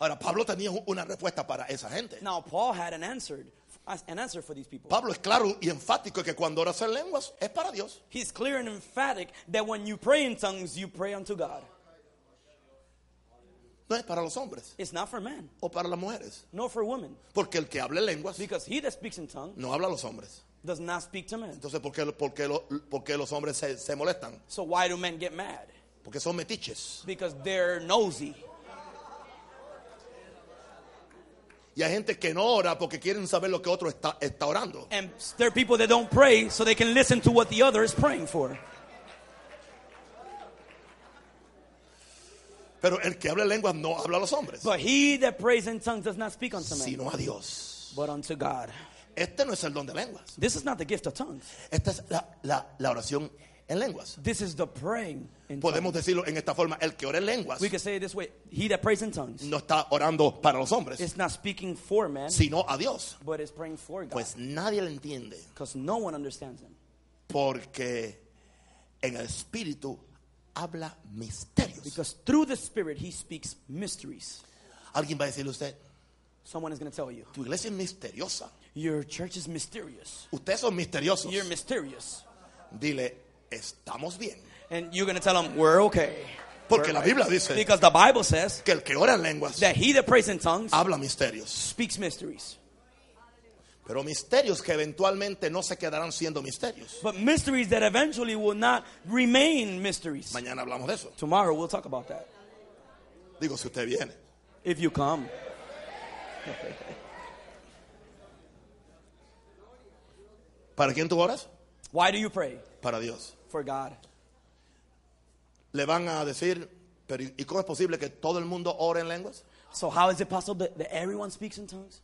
Speaker 1: Ahora, Pablo tenía un- una respuesta para esa gente.
Speaker 2: Now Paul had an answer, an answer for these people.
Speaker 1: Pablo es claro y enfático que cuando oras en lenguas es para Dios.
Speaker 2: He's clear and emphatic that when you pray in tongues, you pray unto God.
Speaker 1: No es para los hombres
Speaker 2: It's not for men,
Speaker 1: o para las mujeres.
Speaker 2: nor for women.
Speaker 1: Porque el que habla en lenguas
Speaker 2: Because he that speaks in tongues
Speaker 1: no habla a los hombres.
Speaker 2: does not speak to men.
Speaker 1: Entonces, ¿por qué, por qué lo- por qué los hombres se, se molestan?
Speaker 2: So why do men get mad?
Speaker 1: Porque son metiches.
Speaker 2: Because they're nosy.
Speaker 1: Y hay gente que no ora porque quieren saber lo que otro está, está orando.
Speaker 2: And there are people that don't pray so they can listen to what the other is praying for.
Speaker 1: Pero el que habla en lenguas no habla a los hombres,
Speaker 2: But he that prays in tongues does not speak unto men,
Speaker 1: sino a Dios.
Speaker 2: but unto God.
Speaker 1: Este no es el don de lenguas.
Speaker 2: This is not the gift of tongues.
Speaker 1: Esta es la, la- la oración en lenguas.
Speaker 2: This is the praying in tongues.
Speaker 1: Podemos decirlo en esta forma. El que ora en lenguas
Speaker 2: We can say it this way. He that prays in tongues
Speaker 1: no está orando para los hombres,
Speaker 2: is not speaking for men,
Speaker 1: sino a Dios.
Speaker 2: but is praying for God.
Speaker 1: Pues nadie lo entiende.
Speaker 2: Because no one understands him.
Speaker 1: Porque en el espíritu habla misterios.
Speaker 2: Because through the Spirit, he speaks mysteries.
Speaker 1: Alguien va a decirle a usted,
Speaker 2: Someone is going to tell you,
Speaker 1: tu iglesia es misteriosa.
Speaker 2: Your church is mysterious.
Speaker 1: Ustedes son misteriosos.
Speaker 2: You're mysterious.
Speaker 1: Dile, estamos bien.
Speaker 2: And you're going to tell them, We're okay.
Speaker 1: Porque la Biblia dice
Speaker 2: Because the Bible says
Speaker 1: que el que ora en lenguas
Speaker 2: that he that prays in tongues
Speaker 1: habla misterios.
Speaker 2: speaks mysteries.
Speaker 1: Pero misterios que eventualmente no se quedarán siendo misterios.
Speaker 2: But mysteries that eventually will not remain mysteries.
Speaker 1: Mañana hablamos de eso.
Speaker 2: Tomorrow we'll talk about that.
Speaker 1: Digo, si usted viene.
Speaker 2: If you come.
Speaker 1: ¿Para quién tú oras?
Speaker 2: Why do you pray?
Speaker 1: Para Dios.
Speaker 2: For God.
Speaker 1: Le van a decir, pero ¿y y cómo es posible que todo el mundo ore en lenguas?
Speaker 2: So how is it possible that, that everyone speaks in tongues?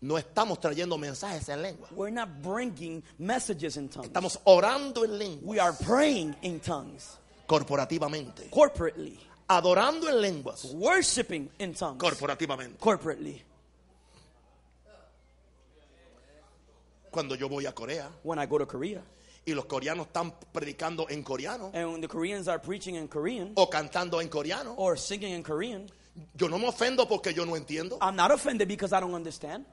Speaker 1: No estamos trayendo mensajes en lengua.
Speaker 2: We're not bringing messages in tongues.
Speaker 1: Estamos orando en lengua
Speaker 2: We are praying in tongues
Speaker 1: corporativamente.
Speaker 2: corporately,
Speaker 1: Adorando en lenguas
Speaker 2: worshiping in tongues
Speaker 1: corporativamente.
Speaker 2: corporately.
Speaker 1: Cuando yo voy a Corea
Speaker 2: When I go to Korea
Speaker 1: y los coreanos están predicando en coreano
Speaker 2: and when the Koreans are preaching in Korean
Speaker 1: o cantando en coreano,
Speaker 2: or singing in Korean,
Speaker 1: yo no me ofendo porque yo no entiendo.
Speaker 2: I'm not offended because I don't understand.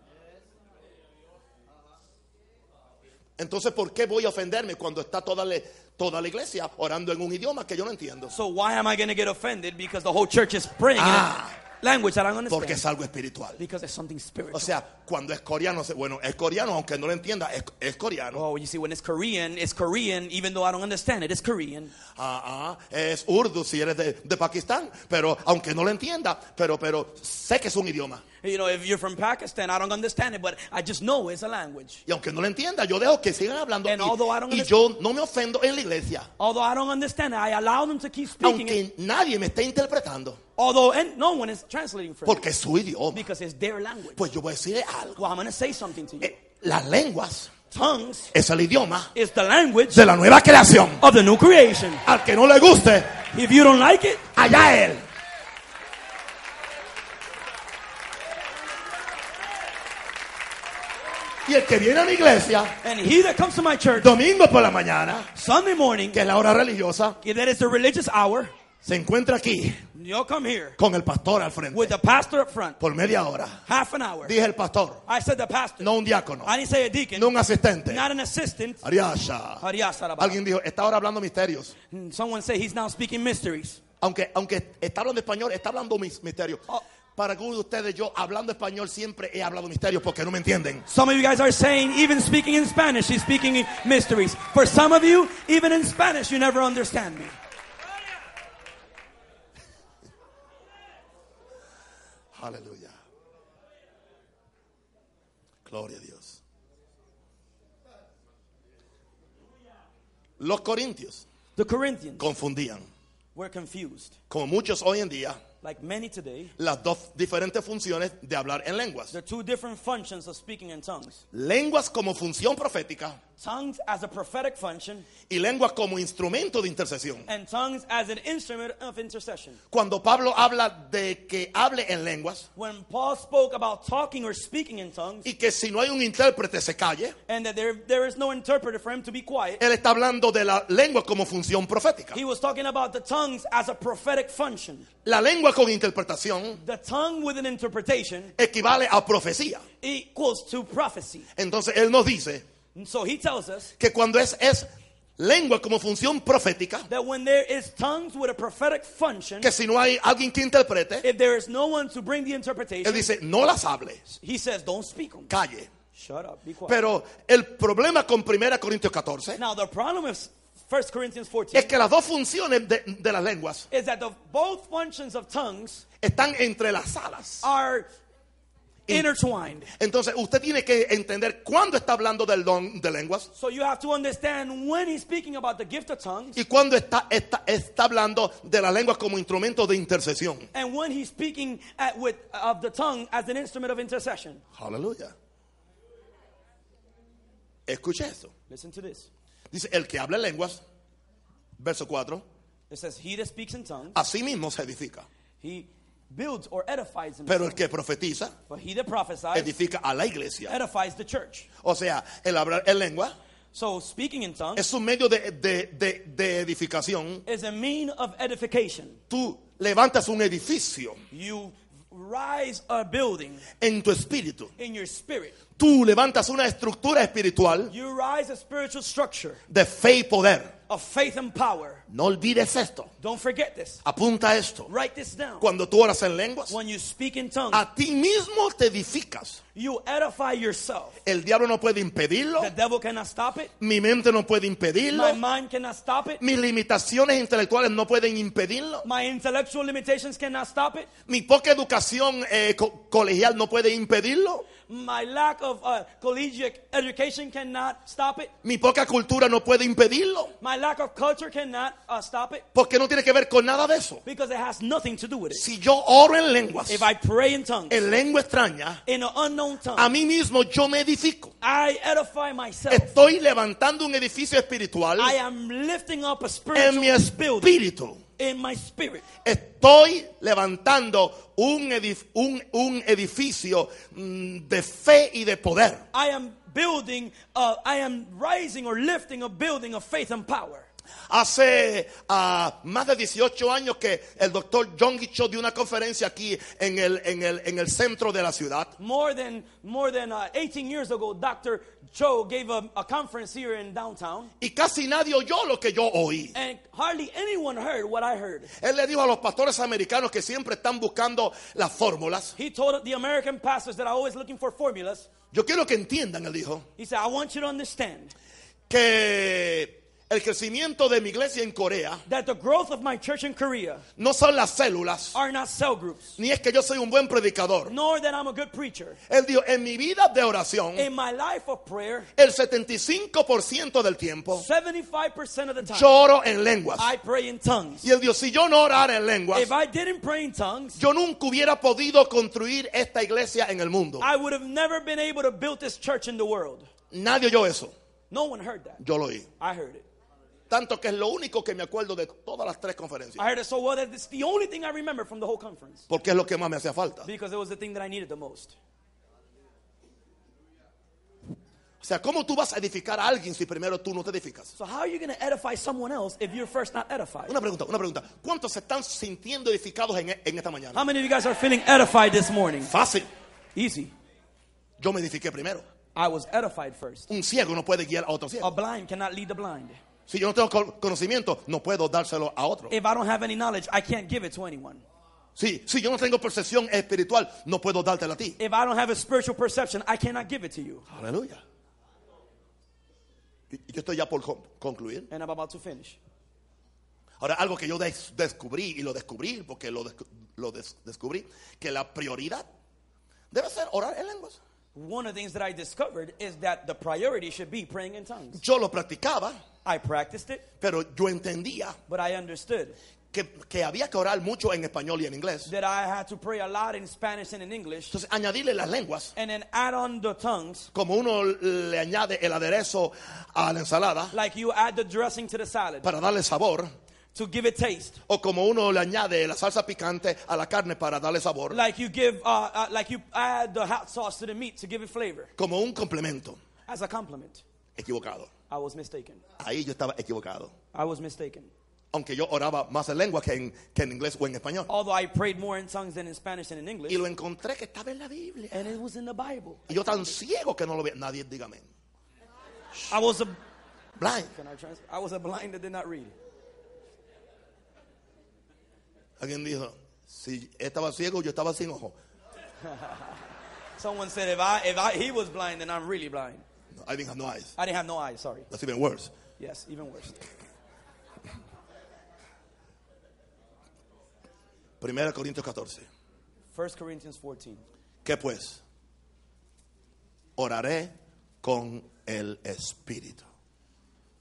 Speaker 1: Entonces, ¿por qué voy a ofenderme cuando está toda la, toda la iglesia orando en un idioma que yo no entiendo?
Speaker 2: So why am I going to get offended because the whole church is praying
Speaker 1: Ah.
Speaker 2: in a language that I don't
Speaker 1: Porque
Speaker 2: understand?
Speaker 1: es algo espiritual.
Speaker 2: Because there's something
Speaker 1: O
Speaker 2: spiritual.
Speaker 1: sea, cuando es coreano, se- bueno, es coreano, aunque no lo entienda, es, es coreano.
Speaker 2: Oh, you see, when it's Korean, it's Korean, even though I don't understand it, it's Korean.
Speaker 1: Ah, ah, es urdu si eres de, de Pakistán, pero aunque no lo entienda, pero, pero sé que es un idioma.
Speaker 2: You know, if you're from Pakistan, I don't understand it, but I just know it's a language.
Speaker 1: Y aunque no lo entienda, yo dejo que sigan hablando.
Speaker 2: And although I don't
Speaker 1: Y, y yo no me ofendo en la iglesia,
Speaker 2: Although I don't understand it, I allow them to keep speaking it,
Speaker 1: aunque nadie me esté interpretando,
Speaker 2: although and no one is translating for me
Speaker 1: porque es su idioma.
Speaker 2: because it's their language.
Speaker 1: Pues yo voy a decirle algo.
Speaker 2: Well, I'm going to say something to you.
Speaker 1: Eh, las lenguas
Speaker 2: Tongues
Speaker 1: es el idioma
Speaker 2: is the language
Speaker 1: de la nueva creación.
Speaker 2: of the new creation.
Speaker 1: Al que no le guste,
Speaker 2: If you don't like it,
Speaker 1: allá él. Y el que viene a mi iglesia,
Speaker 2: And he that comes to my church
Speaker 1: domingo por la mañana,
Speaker 2: Sunday morning,
Speaker 1: que es la hora religiosa,
Speaker 2: that is the religious hour,
Speaker 1: se encuentra aquí
Speaker 2: you'll come here
Speaker 1: con el pastor al frente
Speaker 2: with the pastor up front,
Speaker 1: por media hora.
Speaker 2: half an hour.
Speaker 1: Dije el pastor,
Speaker 2: I said the pastor.
Speaker 1: no un diácono,
Speaker 2: I didn't say a deacon,
Speaker 1: no un asistente.
Speaker 2: not an assistant.
Speaker 1: Ariasha.
Speaker 2: Alguien,
Speaker 1: Alguien dijo, está ahora hablando misterios.
Speaker 2: Someone said he's now speaking mysteries.
Speaker 1: Aunque, aunque está hablando español, está hablando mis misterios.
Speaker 2: Oh.
Speaker 1: Para algunos de ustedes, yo hablando español siempre he hablado misterios porque no me entienden.
Speaker 2: Some of you guys are saying, even speaking in Spanish, he's speaking in mysteries. For some of you, even in Spanish, you never understand me.
Speaker 1: Aleluya. Gloria a Dios. Los corintios
Speaker 2: The Corinthians
Speaker 1: confundían,
Speaker 2: were confused,
Speaker 1: como muchos hoy en día,
Speaker 2: like many today.
Speaker 1: las dos diferentes funciones de hablar en lenguas.
Speaker 2: There are two different functions of speaking in tongues
Speaker 1: Lenguas como función profética
Speaker 2: tongues as a prophetic function,
Speaker 1: y lenguas como instrumento de intercesión.
Speaker 2: and tongues as an instrument of intercession.
Speaker 1: Cuando Pablo habla de que hable en lenguas
Speaker 2: When Paul spoke about talking or speaking in tongues,
Speaker 1: y que si no hay un intérprete se calle,
Speaker 2: and that there, there is no interpreter for him to be quiet,
Speaker 1: él está hablando de la lengua como función profética.
Speaker 2: he was talking about the tongues as a prophetic function.
Speaker 1: La lengua con interpretación
Speaker 2: The tongue with an interpretation
Speaker 1: equivale a profecía.
Speaker 2: equals to prophecy.
Speaker 1: Entonces él nos dice
Speaker 2: And so he tells us
Speaker 1: que cuando es, es lengua como función profética,
Speaker 2: that when there is tongues with a prophetic function,
Speaker 1: que si no hay alguien que interprete,
Speaker 2: if there is no one to bring the
Speaker 1: él
Speaker 2: interpretation,
Speaker 1: dice no las hable,
Speaker 2: he says, don't speak 'em.
Speaker 1: calle.
Speaker 2: Shut up, be quiet.
Speaker 1: Pero el problema con 1 Corintios 14
Speaker 2: Now the problem is 1 Corinthians 14
Speaker 1: es que las dos funciones de, de las lenguas
Speaker 2: is that the, both functions of tongues
Speaker 1: están entrelazadas.
Speaker 2: are intertwined.
Speaker 1: Entonces usted tiene que entender cuándo está hablando del don de lenguas
Speaker 2: So you have to understand when he's speaking about the gift of tongues
Speaker 1: y cuándo está, está, está hablando de la lengua como instrumento de intercesión.
Speaker 2: and when he's speaking at, with, of the tongue as an instrument of intercession.
Speaker 1: Aleluya. Escuche esto.
Speaker 2: Listen to this.
Speaker 1: Dice, el que habla en lenguas, verso 4,
Speaker 2: It says, He that speaks in tongues,
Speaker 1: a sí mismo se edifica.
Speaker 2: he builds or edifies himself.
Speaker 1: Pero el que profetiza,
Speaker 2: but he that prophesies
Speaker 1: edifica a la iglesia.
Speaker 2: edifies the church.
Speaker 1: O sea, el hablar en lengua
Speaker 2: So speaking in tongues
Speaker 1: es un medio de, de- de- de edificación.
Speaker 2: is a mean of edification.
Speaker 1: Tú levantas un edificio
Speaker 2: You rise a building
Speaker 1: en tu espíritu.
Speaker 2: in your spirit.
Speaker 1: Tú levantas una estructura espiritual
Speaker 2: You rise a spiritual structure
Speaker 1: de fe y poder.
Speaker 2: of faith and power.
Speaker 1: No olvides esto.
Speaker 2: Don't forget this.
Speaker 1: Apunta esto.
Speaker 2: Write this down.
Speaker 1: Cuando tú oras en lenguas,
Speaker 2: When you speak in tongues,
Speaker 1: a ti mismo te edificas.
Speaker 2: you edify yourself.
Speaker 1: El diablo no puede impedirlo.
Speaker 2: The devil cannot stop it.
Speaker 1: Mi mente no puede
Speaker 2: My
Speaker 1: impedirlo.
Speaker 2: mind cannot stop it.
Speaker 1: Mis limitaciones intelectuales no pueden impedirlo.
Speaker 2: My intellectual limitations cannot stop it.
Speaker 1: Mi poca educación eh, co- colegial no puede impedirlo.
Speaker 2: My lack of uh, collegiate education cannot stop it.
Speaker 1: Mi poca cultura no puede impedirlo.
Speaker 2: My lack of culture cannot uh, stop it
Speaker 1: Porque no tiene que ver con nada de eso.
Speaker 2: because it has nothing to do with it.
Speaker 1: Si yo oro en lenguas,
Speaker 2: If I pray in tongues,
Speaker 1: en lengua extraña,
Speaker 2: in an unknown
Speaker 1: a
Speaker 2: tongue,
Speaker 1: mí mismo yo me edifico.
Speaker 2: I edify myself.
Speaker 1: Estoy levantando un edificio espiritual
Speaker 2: I am lifting up a
Speaker 1: en
Speaker 2: spiritual
Speaker 1: mi
Speaker 2: building
Speaker 1: espíritu.
Speaker 2: in my spirit.
Speaker 1: Estoy levantando un, edif- un- un edificio mm, de fe y de poder.
Speaker 2: I am building, uh, I am rising or lifting a building of faith and power.
Speaker 1: Hace ah, más de 18 años que el doctor John Guichot dio una conferencia aquí en el, en el- en el centro de la ciudad.
Speaker 2: More than, more than uh, 18 years ago, Dr. Joe gave a, a conference here in downtown,
Speaker 1: Y casi nadie oyó lo que yo oí.
Speaker 2: and hardly anyone heard what I heard.
Speaker 1: Él le dijo a los pastores americanos que siempre están buscando las fórmulas.
Speaker 2: He told the American pastors that are always looking for formulas.
Speaker 1: Yo quiero que entiendan, él dijo,
Speaker 2: He said, I want you to understand
Speaker 1: que el crecimiento de mi iglesia en Corea
Speaker 2: that the growth of my church in Korea
Speaker 1: no son las células,
Speaker 2: are not cell groups,
Speaker 1: ni es que yo soy un buen predicador.
Speaker 2: nor that I'm a good preacher.
Speaker 1: Él dijo, en mi vida de oración,
Speaker 2: In my life of prayer,
Speaker 1: el 75% del tiempo
Speaker 2: 75% of the time,
Speaker 1: yo oro en lenguas.
Speaker 2: I pray in tongues.
Speaker 1: Y él dijo, si yo no orara en lenguas,
Speaker 2: If I didn't pray in tongues,
Speaker 1: yo nunca hubiera podido construir esta iglesia en el mundo.
Speaker 2: I would have never been able to build this church in the world.
Speaker 1: Nadie oyó eso.
Speaker 2: No one heard that.
Speaker 1: Yo lo oí.
Speaker 2: I heard it.
Speaker 1: Tanto que es lo único que me acuerdo de todas las tres conferencias.
Speaker 2: I heard it so well that it's the only thing I remember from the whole conference
Speaker 1: Porque es lo que más me hacía falta.
Speaker 2: because it was the thing that I needed the most.
Speaker 1: O sea, ¿cómo tú vas a edificar a alguien si primero tú no te edificas?
Speaker 2: So how are you going to edify someone else if you're first not edified?
Speaker 1: Una pregunta, una pregunta. ¿Cuántos se están sintiendo edificados en, en esta mañana?
Speaker 2: How many of you guys are feeling edified this morning?
Speaker 1: Fácil.
Speaker 2: Easy.
Speaker 1: Yo me edifiqué primero.
Speaker 2: I was edified first.
Speaker 1: Un ciego no puede guiar a otro
Speaker 2: A
Speaker 1: ciego.
Speaker 2: blind cannot lead the blind.
Speaker 1: Si yo no tengo co- conocimiento, no puedo dárselo a otro.
Speaker 2: If I don't have any knowledge, I can't give it to anyone.
Speaker 1: Si, si yo no tengo percepción espiritual, no puedo dártela a ti.
Speaker 2: If I don't have a spiritual perception, I cannot give it to you.
Speaker 1: Aleluya. Y- y Yo estoy ya por con- concluir.
Speaker 2: And I'm about to finish.
Speaker 1: Ahora, algo que yo des- descubrí y lo descubrí, porque lo, descu- lo des- descubrí, que la prioridad debe ser orar en lenguas.
Speaker 2: One of the things that I discovered is that the priority should be praying in tongues.
Speaker 1: Yo lo practicaba,
Speaker 2: I practiced it,
Speaker 1: pero yo entendía
Speaker 2: but I understood
Speaker 1: que, que había que orar mucho en español y en inglés.
Speaker 2: that I had to pray a lot in Spanish and in English,
Speaker 1: Entonces, añadirle las lenguas,
Speaker 2: and then add on the tongues
Speaker 1: como uno le añade el aderezo a la ensalada
Speaker 2: like you add the dressing to the salad
Speaker 1: para darle sabor,
Speaker 2: to give it taste,
Speaker 1: o como uno le añade la salsa picante a la carne para darle sabor,
Speaker 2: like you give, uh, uh, like you add the hot sauce to the meat to give it flavor.
Speaker 1: como un complemento.
Speaker 2: As a compliment,
Speaker 1: Equivocado.
Speaker 2: I was mistaken.
Speaker 1: Ahí yo estaba equivocado.
Speaker 2: I was mistaken.
Speaker 1: Aunque yo oraba más en lengua que en, que en inglés o en español.
Speaker 2: Although I prayed more in tongues than in Spanish and in English,
Speaker 1: Y lo encontré que estaba en la Biblia.
Speaker 2: and it was in the Bible.
Speaker 1: Y yo tan ciego que no lo veía. Nadie diga amén.
Speaker 2: I was a
Speaker 1: Blind.
Speaker 2: can I trans- I was a blind that did not read.
Speaker 1: Alguien dijo, si estaba ciego, yo estaba sin ojo.
Speaker 2: Someone said if I if I he was blind then I'm really blind.
Speaker 1: No, I didn't have no eyes.
Speaker 2: I didn't have no eyes, sorry.
Speaker 1: That's even worse.
Speaker 2: Yes, even worse.
Speaker 1: Primera Corintios 14.
Speaker 2: 1 Corinthians 14.
Speaker 1: ¿Qué pues? Oraré con el Espíritu.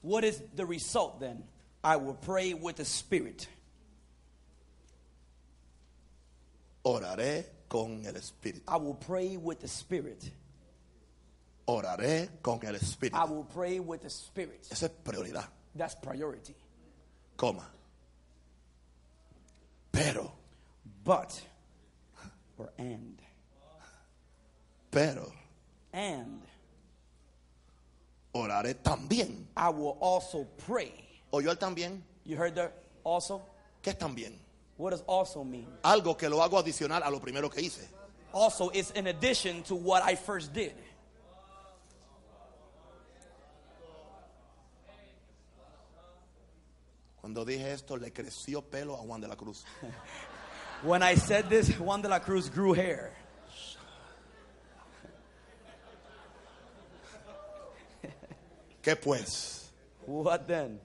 Speaker 2: What is the result then? I will pray with the spirit.
Speaker 1: Oraré con el Espíritu.
Speaker 2: I will pray with the spirit.
Speaker 1: Oraré con el
Speaker 2: I
Speaker 1: Espíritu.
Speaker 2: will pray with the spirit.
Speaker 1: Esa es prioridad.
Speaker 2: That's priority.
Speaker 1: Coma. Pero,
Speaker 2: But or and
Speaker 1: pero,
Speaker 2: and
Speaker 1: oraré también.
Speaker 2: I will also pray.
Speaker 1: ¿Oyó el también?
Speaker 2: You heard that also?
Speaker 1: ¿Qué es también?
Speaker 2: What does also mean?
Speaker 1: Algo que lo hago adicional a lo primero que hice.
Speaker 2: Also, it's in addition to what I first did.
Speaker 1: Cuando dije esto, le creció pelo a Juan de la Cruz.
Speaker 2: When I said this, Juan de la Cruz grew hair.
Speaker 1: ¿Qué pues?
Speaker 2: What then?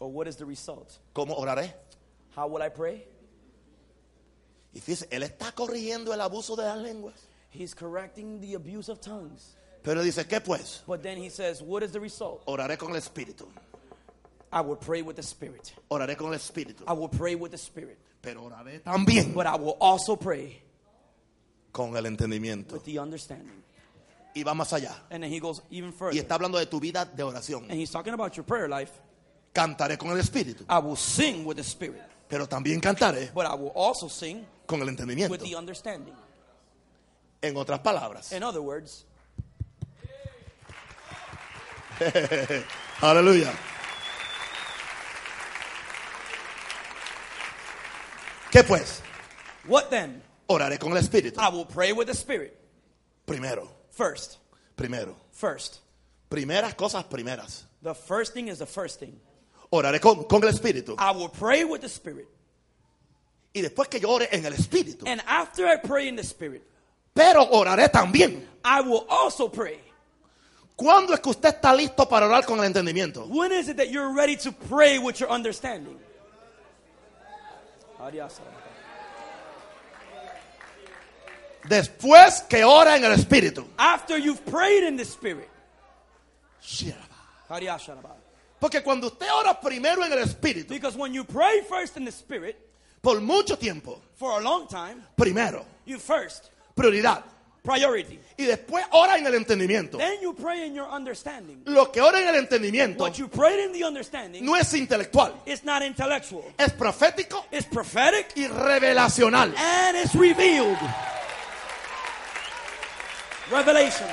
Speaker 2: Or what is the result?
Speaker 1: ¿Cómo oraré?
Speaker 2: How will I pray?
Speaker 1: Y fíjese, él está corrigiendo el abuso de las lenguas.
Speaker 2: He's correcting the abuse of tongues.
Speaker 1: Pero dice, ¿qué pues?
Speaker 2: But then he says, What is the result?
Speaker 1: Oraré con el Espíritu.
Speaker 2: I will pray with the Spirit.
Speaker 1: Oraré con el Espíritu.
Speaker 2: I will pray with the Spirit.
Speaker 1: Pero oraré también
Speaker 2: But I will also pray
Speaker 1: con el entendimiento.
Speaker 2: with the understanding.
Speaker 1: Y va más allá.
Speaker 2: And then he goes even
Speaker 1: Y
Speaker 2: further.
Speaker 1: está hablando de tu vida de oración.
Speaker 2: And he's talking about your prayer life.
Speaker 1: Cantaré con el Espíritu.
Speaker 2: I will sing with the Spirit.
Speaker 1: Pero también cantaré
Speaker 2: But I will also sing
Speaker 1: con el entendimiento.
Speaker 2: with the understanding.
Speaker 1: En otras palabras.
Speaker 2: In other words,
Speaker 1: Aleluya. ¿Qué pues?
Speaker 2: what then?
Speaker 1: Oraré con el Espíritu.
Speaker 2: I will pray with the Spirit
Speaker 1: Primero,
Speaker 2: first.
Speaker 1: primero.
Speaker 2: First.
Speaker 1: Primeras cosas primeras.
Speaker 2: The first thing is the first thing.
Speaker 1: Oraré con, con el Espíritu.
Speaker 2: I will pray with the Spirit.
Speaker 1: Y después que yo ore en el Espíritu.
Speaker 2: And after I pray in the Spirit,
Speaker 1: Pero oraré también.
Speaker 2: I will also pray.
Speaker 1: ¿Cuándo es que usted está listo para orar con el entendimiento?
Speaker 2: When is it that you're ready to pray with your understanding? Adiós.
Speaker 1: Después que ora en el Espíritu.
Speaker 2: After you've prayed in the Spirit.
Speaker 1: Shiraba.
Speaker 2: Adiós.
Speaker 1: Porque cuando usted ora primero en el Espíritu,
Speaker 2: Because when you pray first in the Spirit
Speaker 1: por mucho tiempo,
Speaker 2: for a long time,
Speaker 1: primero,
Speaker 2: you first,
Speaker 1: prioridad.
Speaker 2: priority.
Speaker 1: Y después ora en el entendimiento.
Speaker 2: Then you pray in your understanding.
Speaker 1: Lo que ora en el entendimiento
Speaker 2: What you prayed in the understanding
Speaker 1: no es intelectual,
Speaker 2: is not intellectual,
Speaker 1: es profético
Speaker 2: it's prophetic
Speaker 1: y revelacional.
Speaker 2: and it's revealed. Revelation.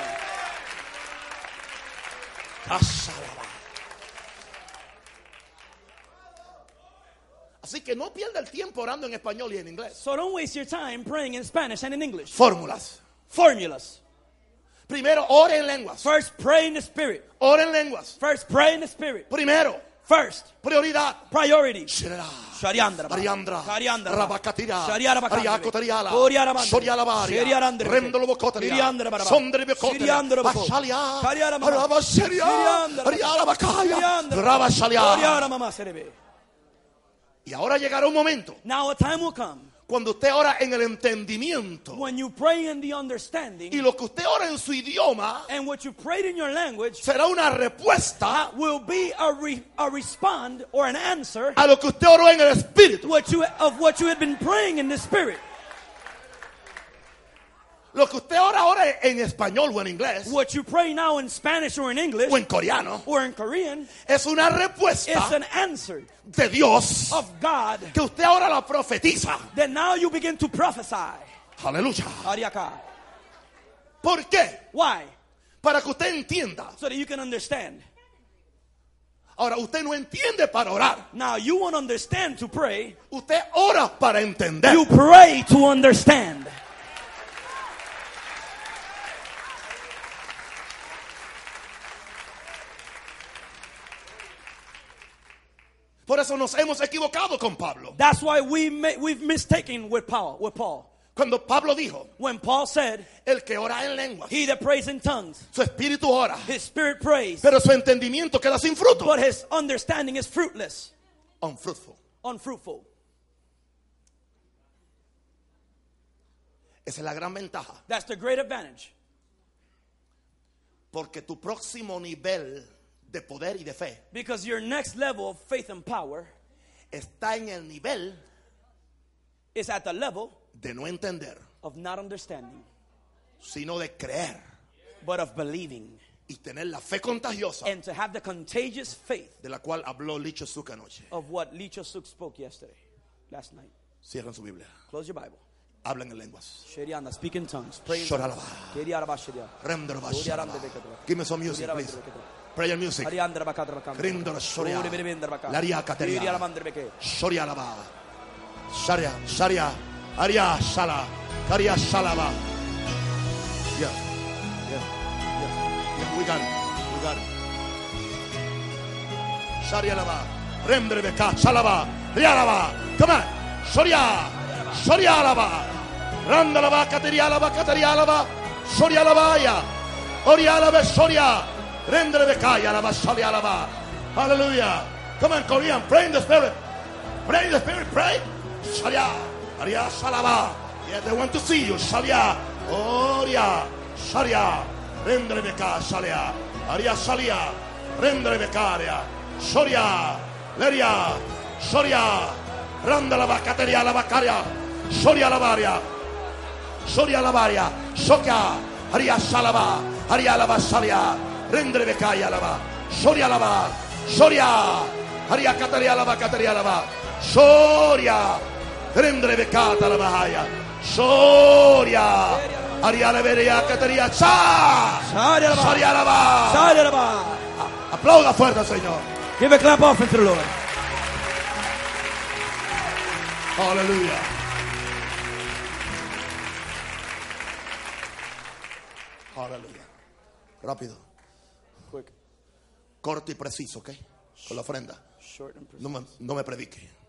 Speaker 1: Asharaba. Así que no pierda el tiempo orando en español y en inglés.
Speaker 2: So don't waste your time praying in Spanish and in English.
Speaker 1: Fórmulas.
Speaker 2: Formulas.
Speaker 1: Primero, ore en lenguas.
Speaker 2: First, pray in the Spirit.
Speaker 1: Ore en lenguas.
Speaker 2: First, pray in the Spirit.
Speaker 1: Primero,
Speaker 2: First,
Speaker 1: prioridad.
Speaker 2: priority.
Speaker 1: Shirera.
Speaker 2: Shariandra.
Speaker 1: Ariandra,
Speaker 2: Shariandra.
Speaker 1: Rabacatira, Ariacotariala, Shorialabari, Rendolo Bocotaria, Sondre Bocotaria, Bashalia, Rabashalia, Arialabacaya, Rabashalia. Y ahora llegará un momento
Speaker 2: Now a time will come
Speaker 1: cuando usted ora en el entendimiento
Speaker 2: when you pray in the understanding
Speaker 1: y lo que usted ora en su idioma
Speaker 2: and what you prayed in your language uh,
Speaker 1: será una respuesta
Speaker 2: will be a, re, a respond or an answer
Speaker 1: a lo que usted oró en el espíritu.
Speaker 2: what you, of what you had been praying in the Spirit.
Speaker 1: Lo que usted ora ahora en español o en inglés
Speaker 2: What you pray now in Spanish or in English
Speaker 1: o en coreano
Speaker 2: or in Korean
Speaker 1: es Oh. una
Speaker 2: is
Speaker 1: respuesta
Speaker 2: an answer
Speaker 1: de Dios
Speaker 2: of God
Speaker 1: que usted ahora la profetiza.
Speaker 2: that now you begin to prophesy.
Speaker 1: Aleluya.
Speaker 2: Ariaka.
Speaker 1: ¿Por qué?
Speaker 2: Why?
Speaker 1: Para que usted entienda.
Speaker 2: So that you can understand.
Speaker 1: Ahora, usted no entiende para orar.
Speaker 2: Now you won't understand to pray.
Speaker 1: Usted ora para entender.
Speaker 2: You pray to understand.
Speaker 1: Por eso nos hemos equivocado con Pablo.
Speaker 2: That's why we ma- we've mistaken with Paul. With Paul,
Speaker 1: Cuando Pablo dijo,
Speaker 2: when Paul said,
Speaker 1: el que ora en lengua,
Speaker 2: "He that prays in tongues,
Speaker 1: su espíritu ora,
Speaker 2: his spirit prays,
Speaker 1: pero su entendimiento queda sin fruto.
Speaker 2: but his understanding is fruitless,
Speaker 1: Unfruitful.
Speaker 2: unfruitful."
Speaker 1: Esa es la gran ventaja.
Speaker 2: That's the great advantage
Speaker 1: Porque tu próximo nivel de poder y de fe
Speaker 2: because your next level of faith and power
Speaker 1: está en el nivel
Speaker 2: is at the level
Speaker 1: de no entender,
Speaker 2: of not understanding,
Speaker 1: sino de creer
Speaker 2: but of believing,
Speaker 1: y tener la fe contagiosa
Speaker 2: and to have the contagious faith
Speaker 1: de la cual habló Licho Zuka anoche.
Speaker 2: of what Licho Suk spoke yesterday, last night.
Speaker 1: Cierran su Biblia.
Speaker 2: Close your Bible.
Speaker 1: Hablan en lenguas.
Speaker 2: Sherianda, speak in tongues. Pray in tongues.
Speaker 1: Shoralaba.
Speaker 2: Keriarabashiriya.
Speaker 1: Rendorabashoraba. Give me some music, please. Prayer music. Rindor Shoria. Laria Cateria. Shoria Lava. Sharia, Sharia. Aria Shala. Aria Shalaba. Yeah. Yeah. Yeah. Yeah. We got it. We got it. Sharia Lava. Rendrebeka. Shalaba. Ria Lava. Come on. Shoria. Shoria Lava. Randa Lava. Cateria Lava. Cateria Lava. Shoria Lava. Oria Lava. Shoria. Rendrebeka. Lava. Sharia Lava. Hallelujah. Come on, Korean. Pray in the spirit. Pray in the spirit, pray. Sharia, Sharia, Shalaba. Yeah, they want to see you. Sharia, Oria, Sharia, Rendre Beka, Sharia, Aria Sharia, Rendre Bekaria, Shoria, Leria, Shoria, Randa la Bacateria, la Bacaria, Shoria la Varia, Shoria la Varia, Shoka, Aria Shalaba, Aria la Sharia, Rendre Bekaya Lava, Shoria Lava, Shoria, Aria Cataria Lava, Cataria Lava, Shoria, Rendre Bekata Lava Haya, Shoria, Aria la Veria, Cataria, Cha, Shoria Lava, aplauda fuerte al Señor,
Speaker 2: Give a clap offering to the Lord.
Speaker 1: aleluya. Aleluya. Rápido.
Speaker 2: Quick,
Speaker 1: corto y preciso, ¿ok? Con la ofrenda.
Speaker 2: short and precise.
Speaker 1: No me, no me predique.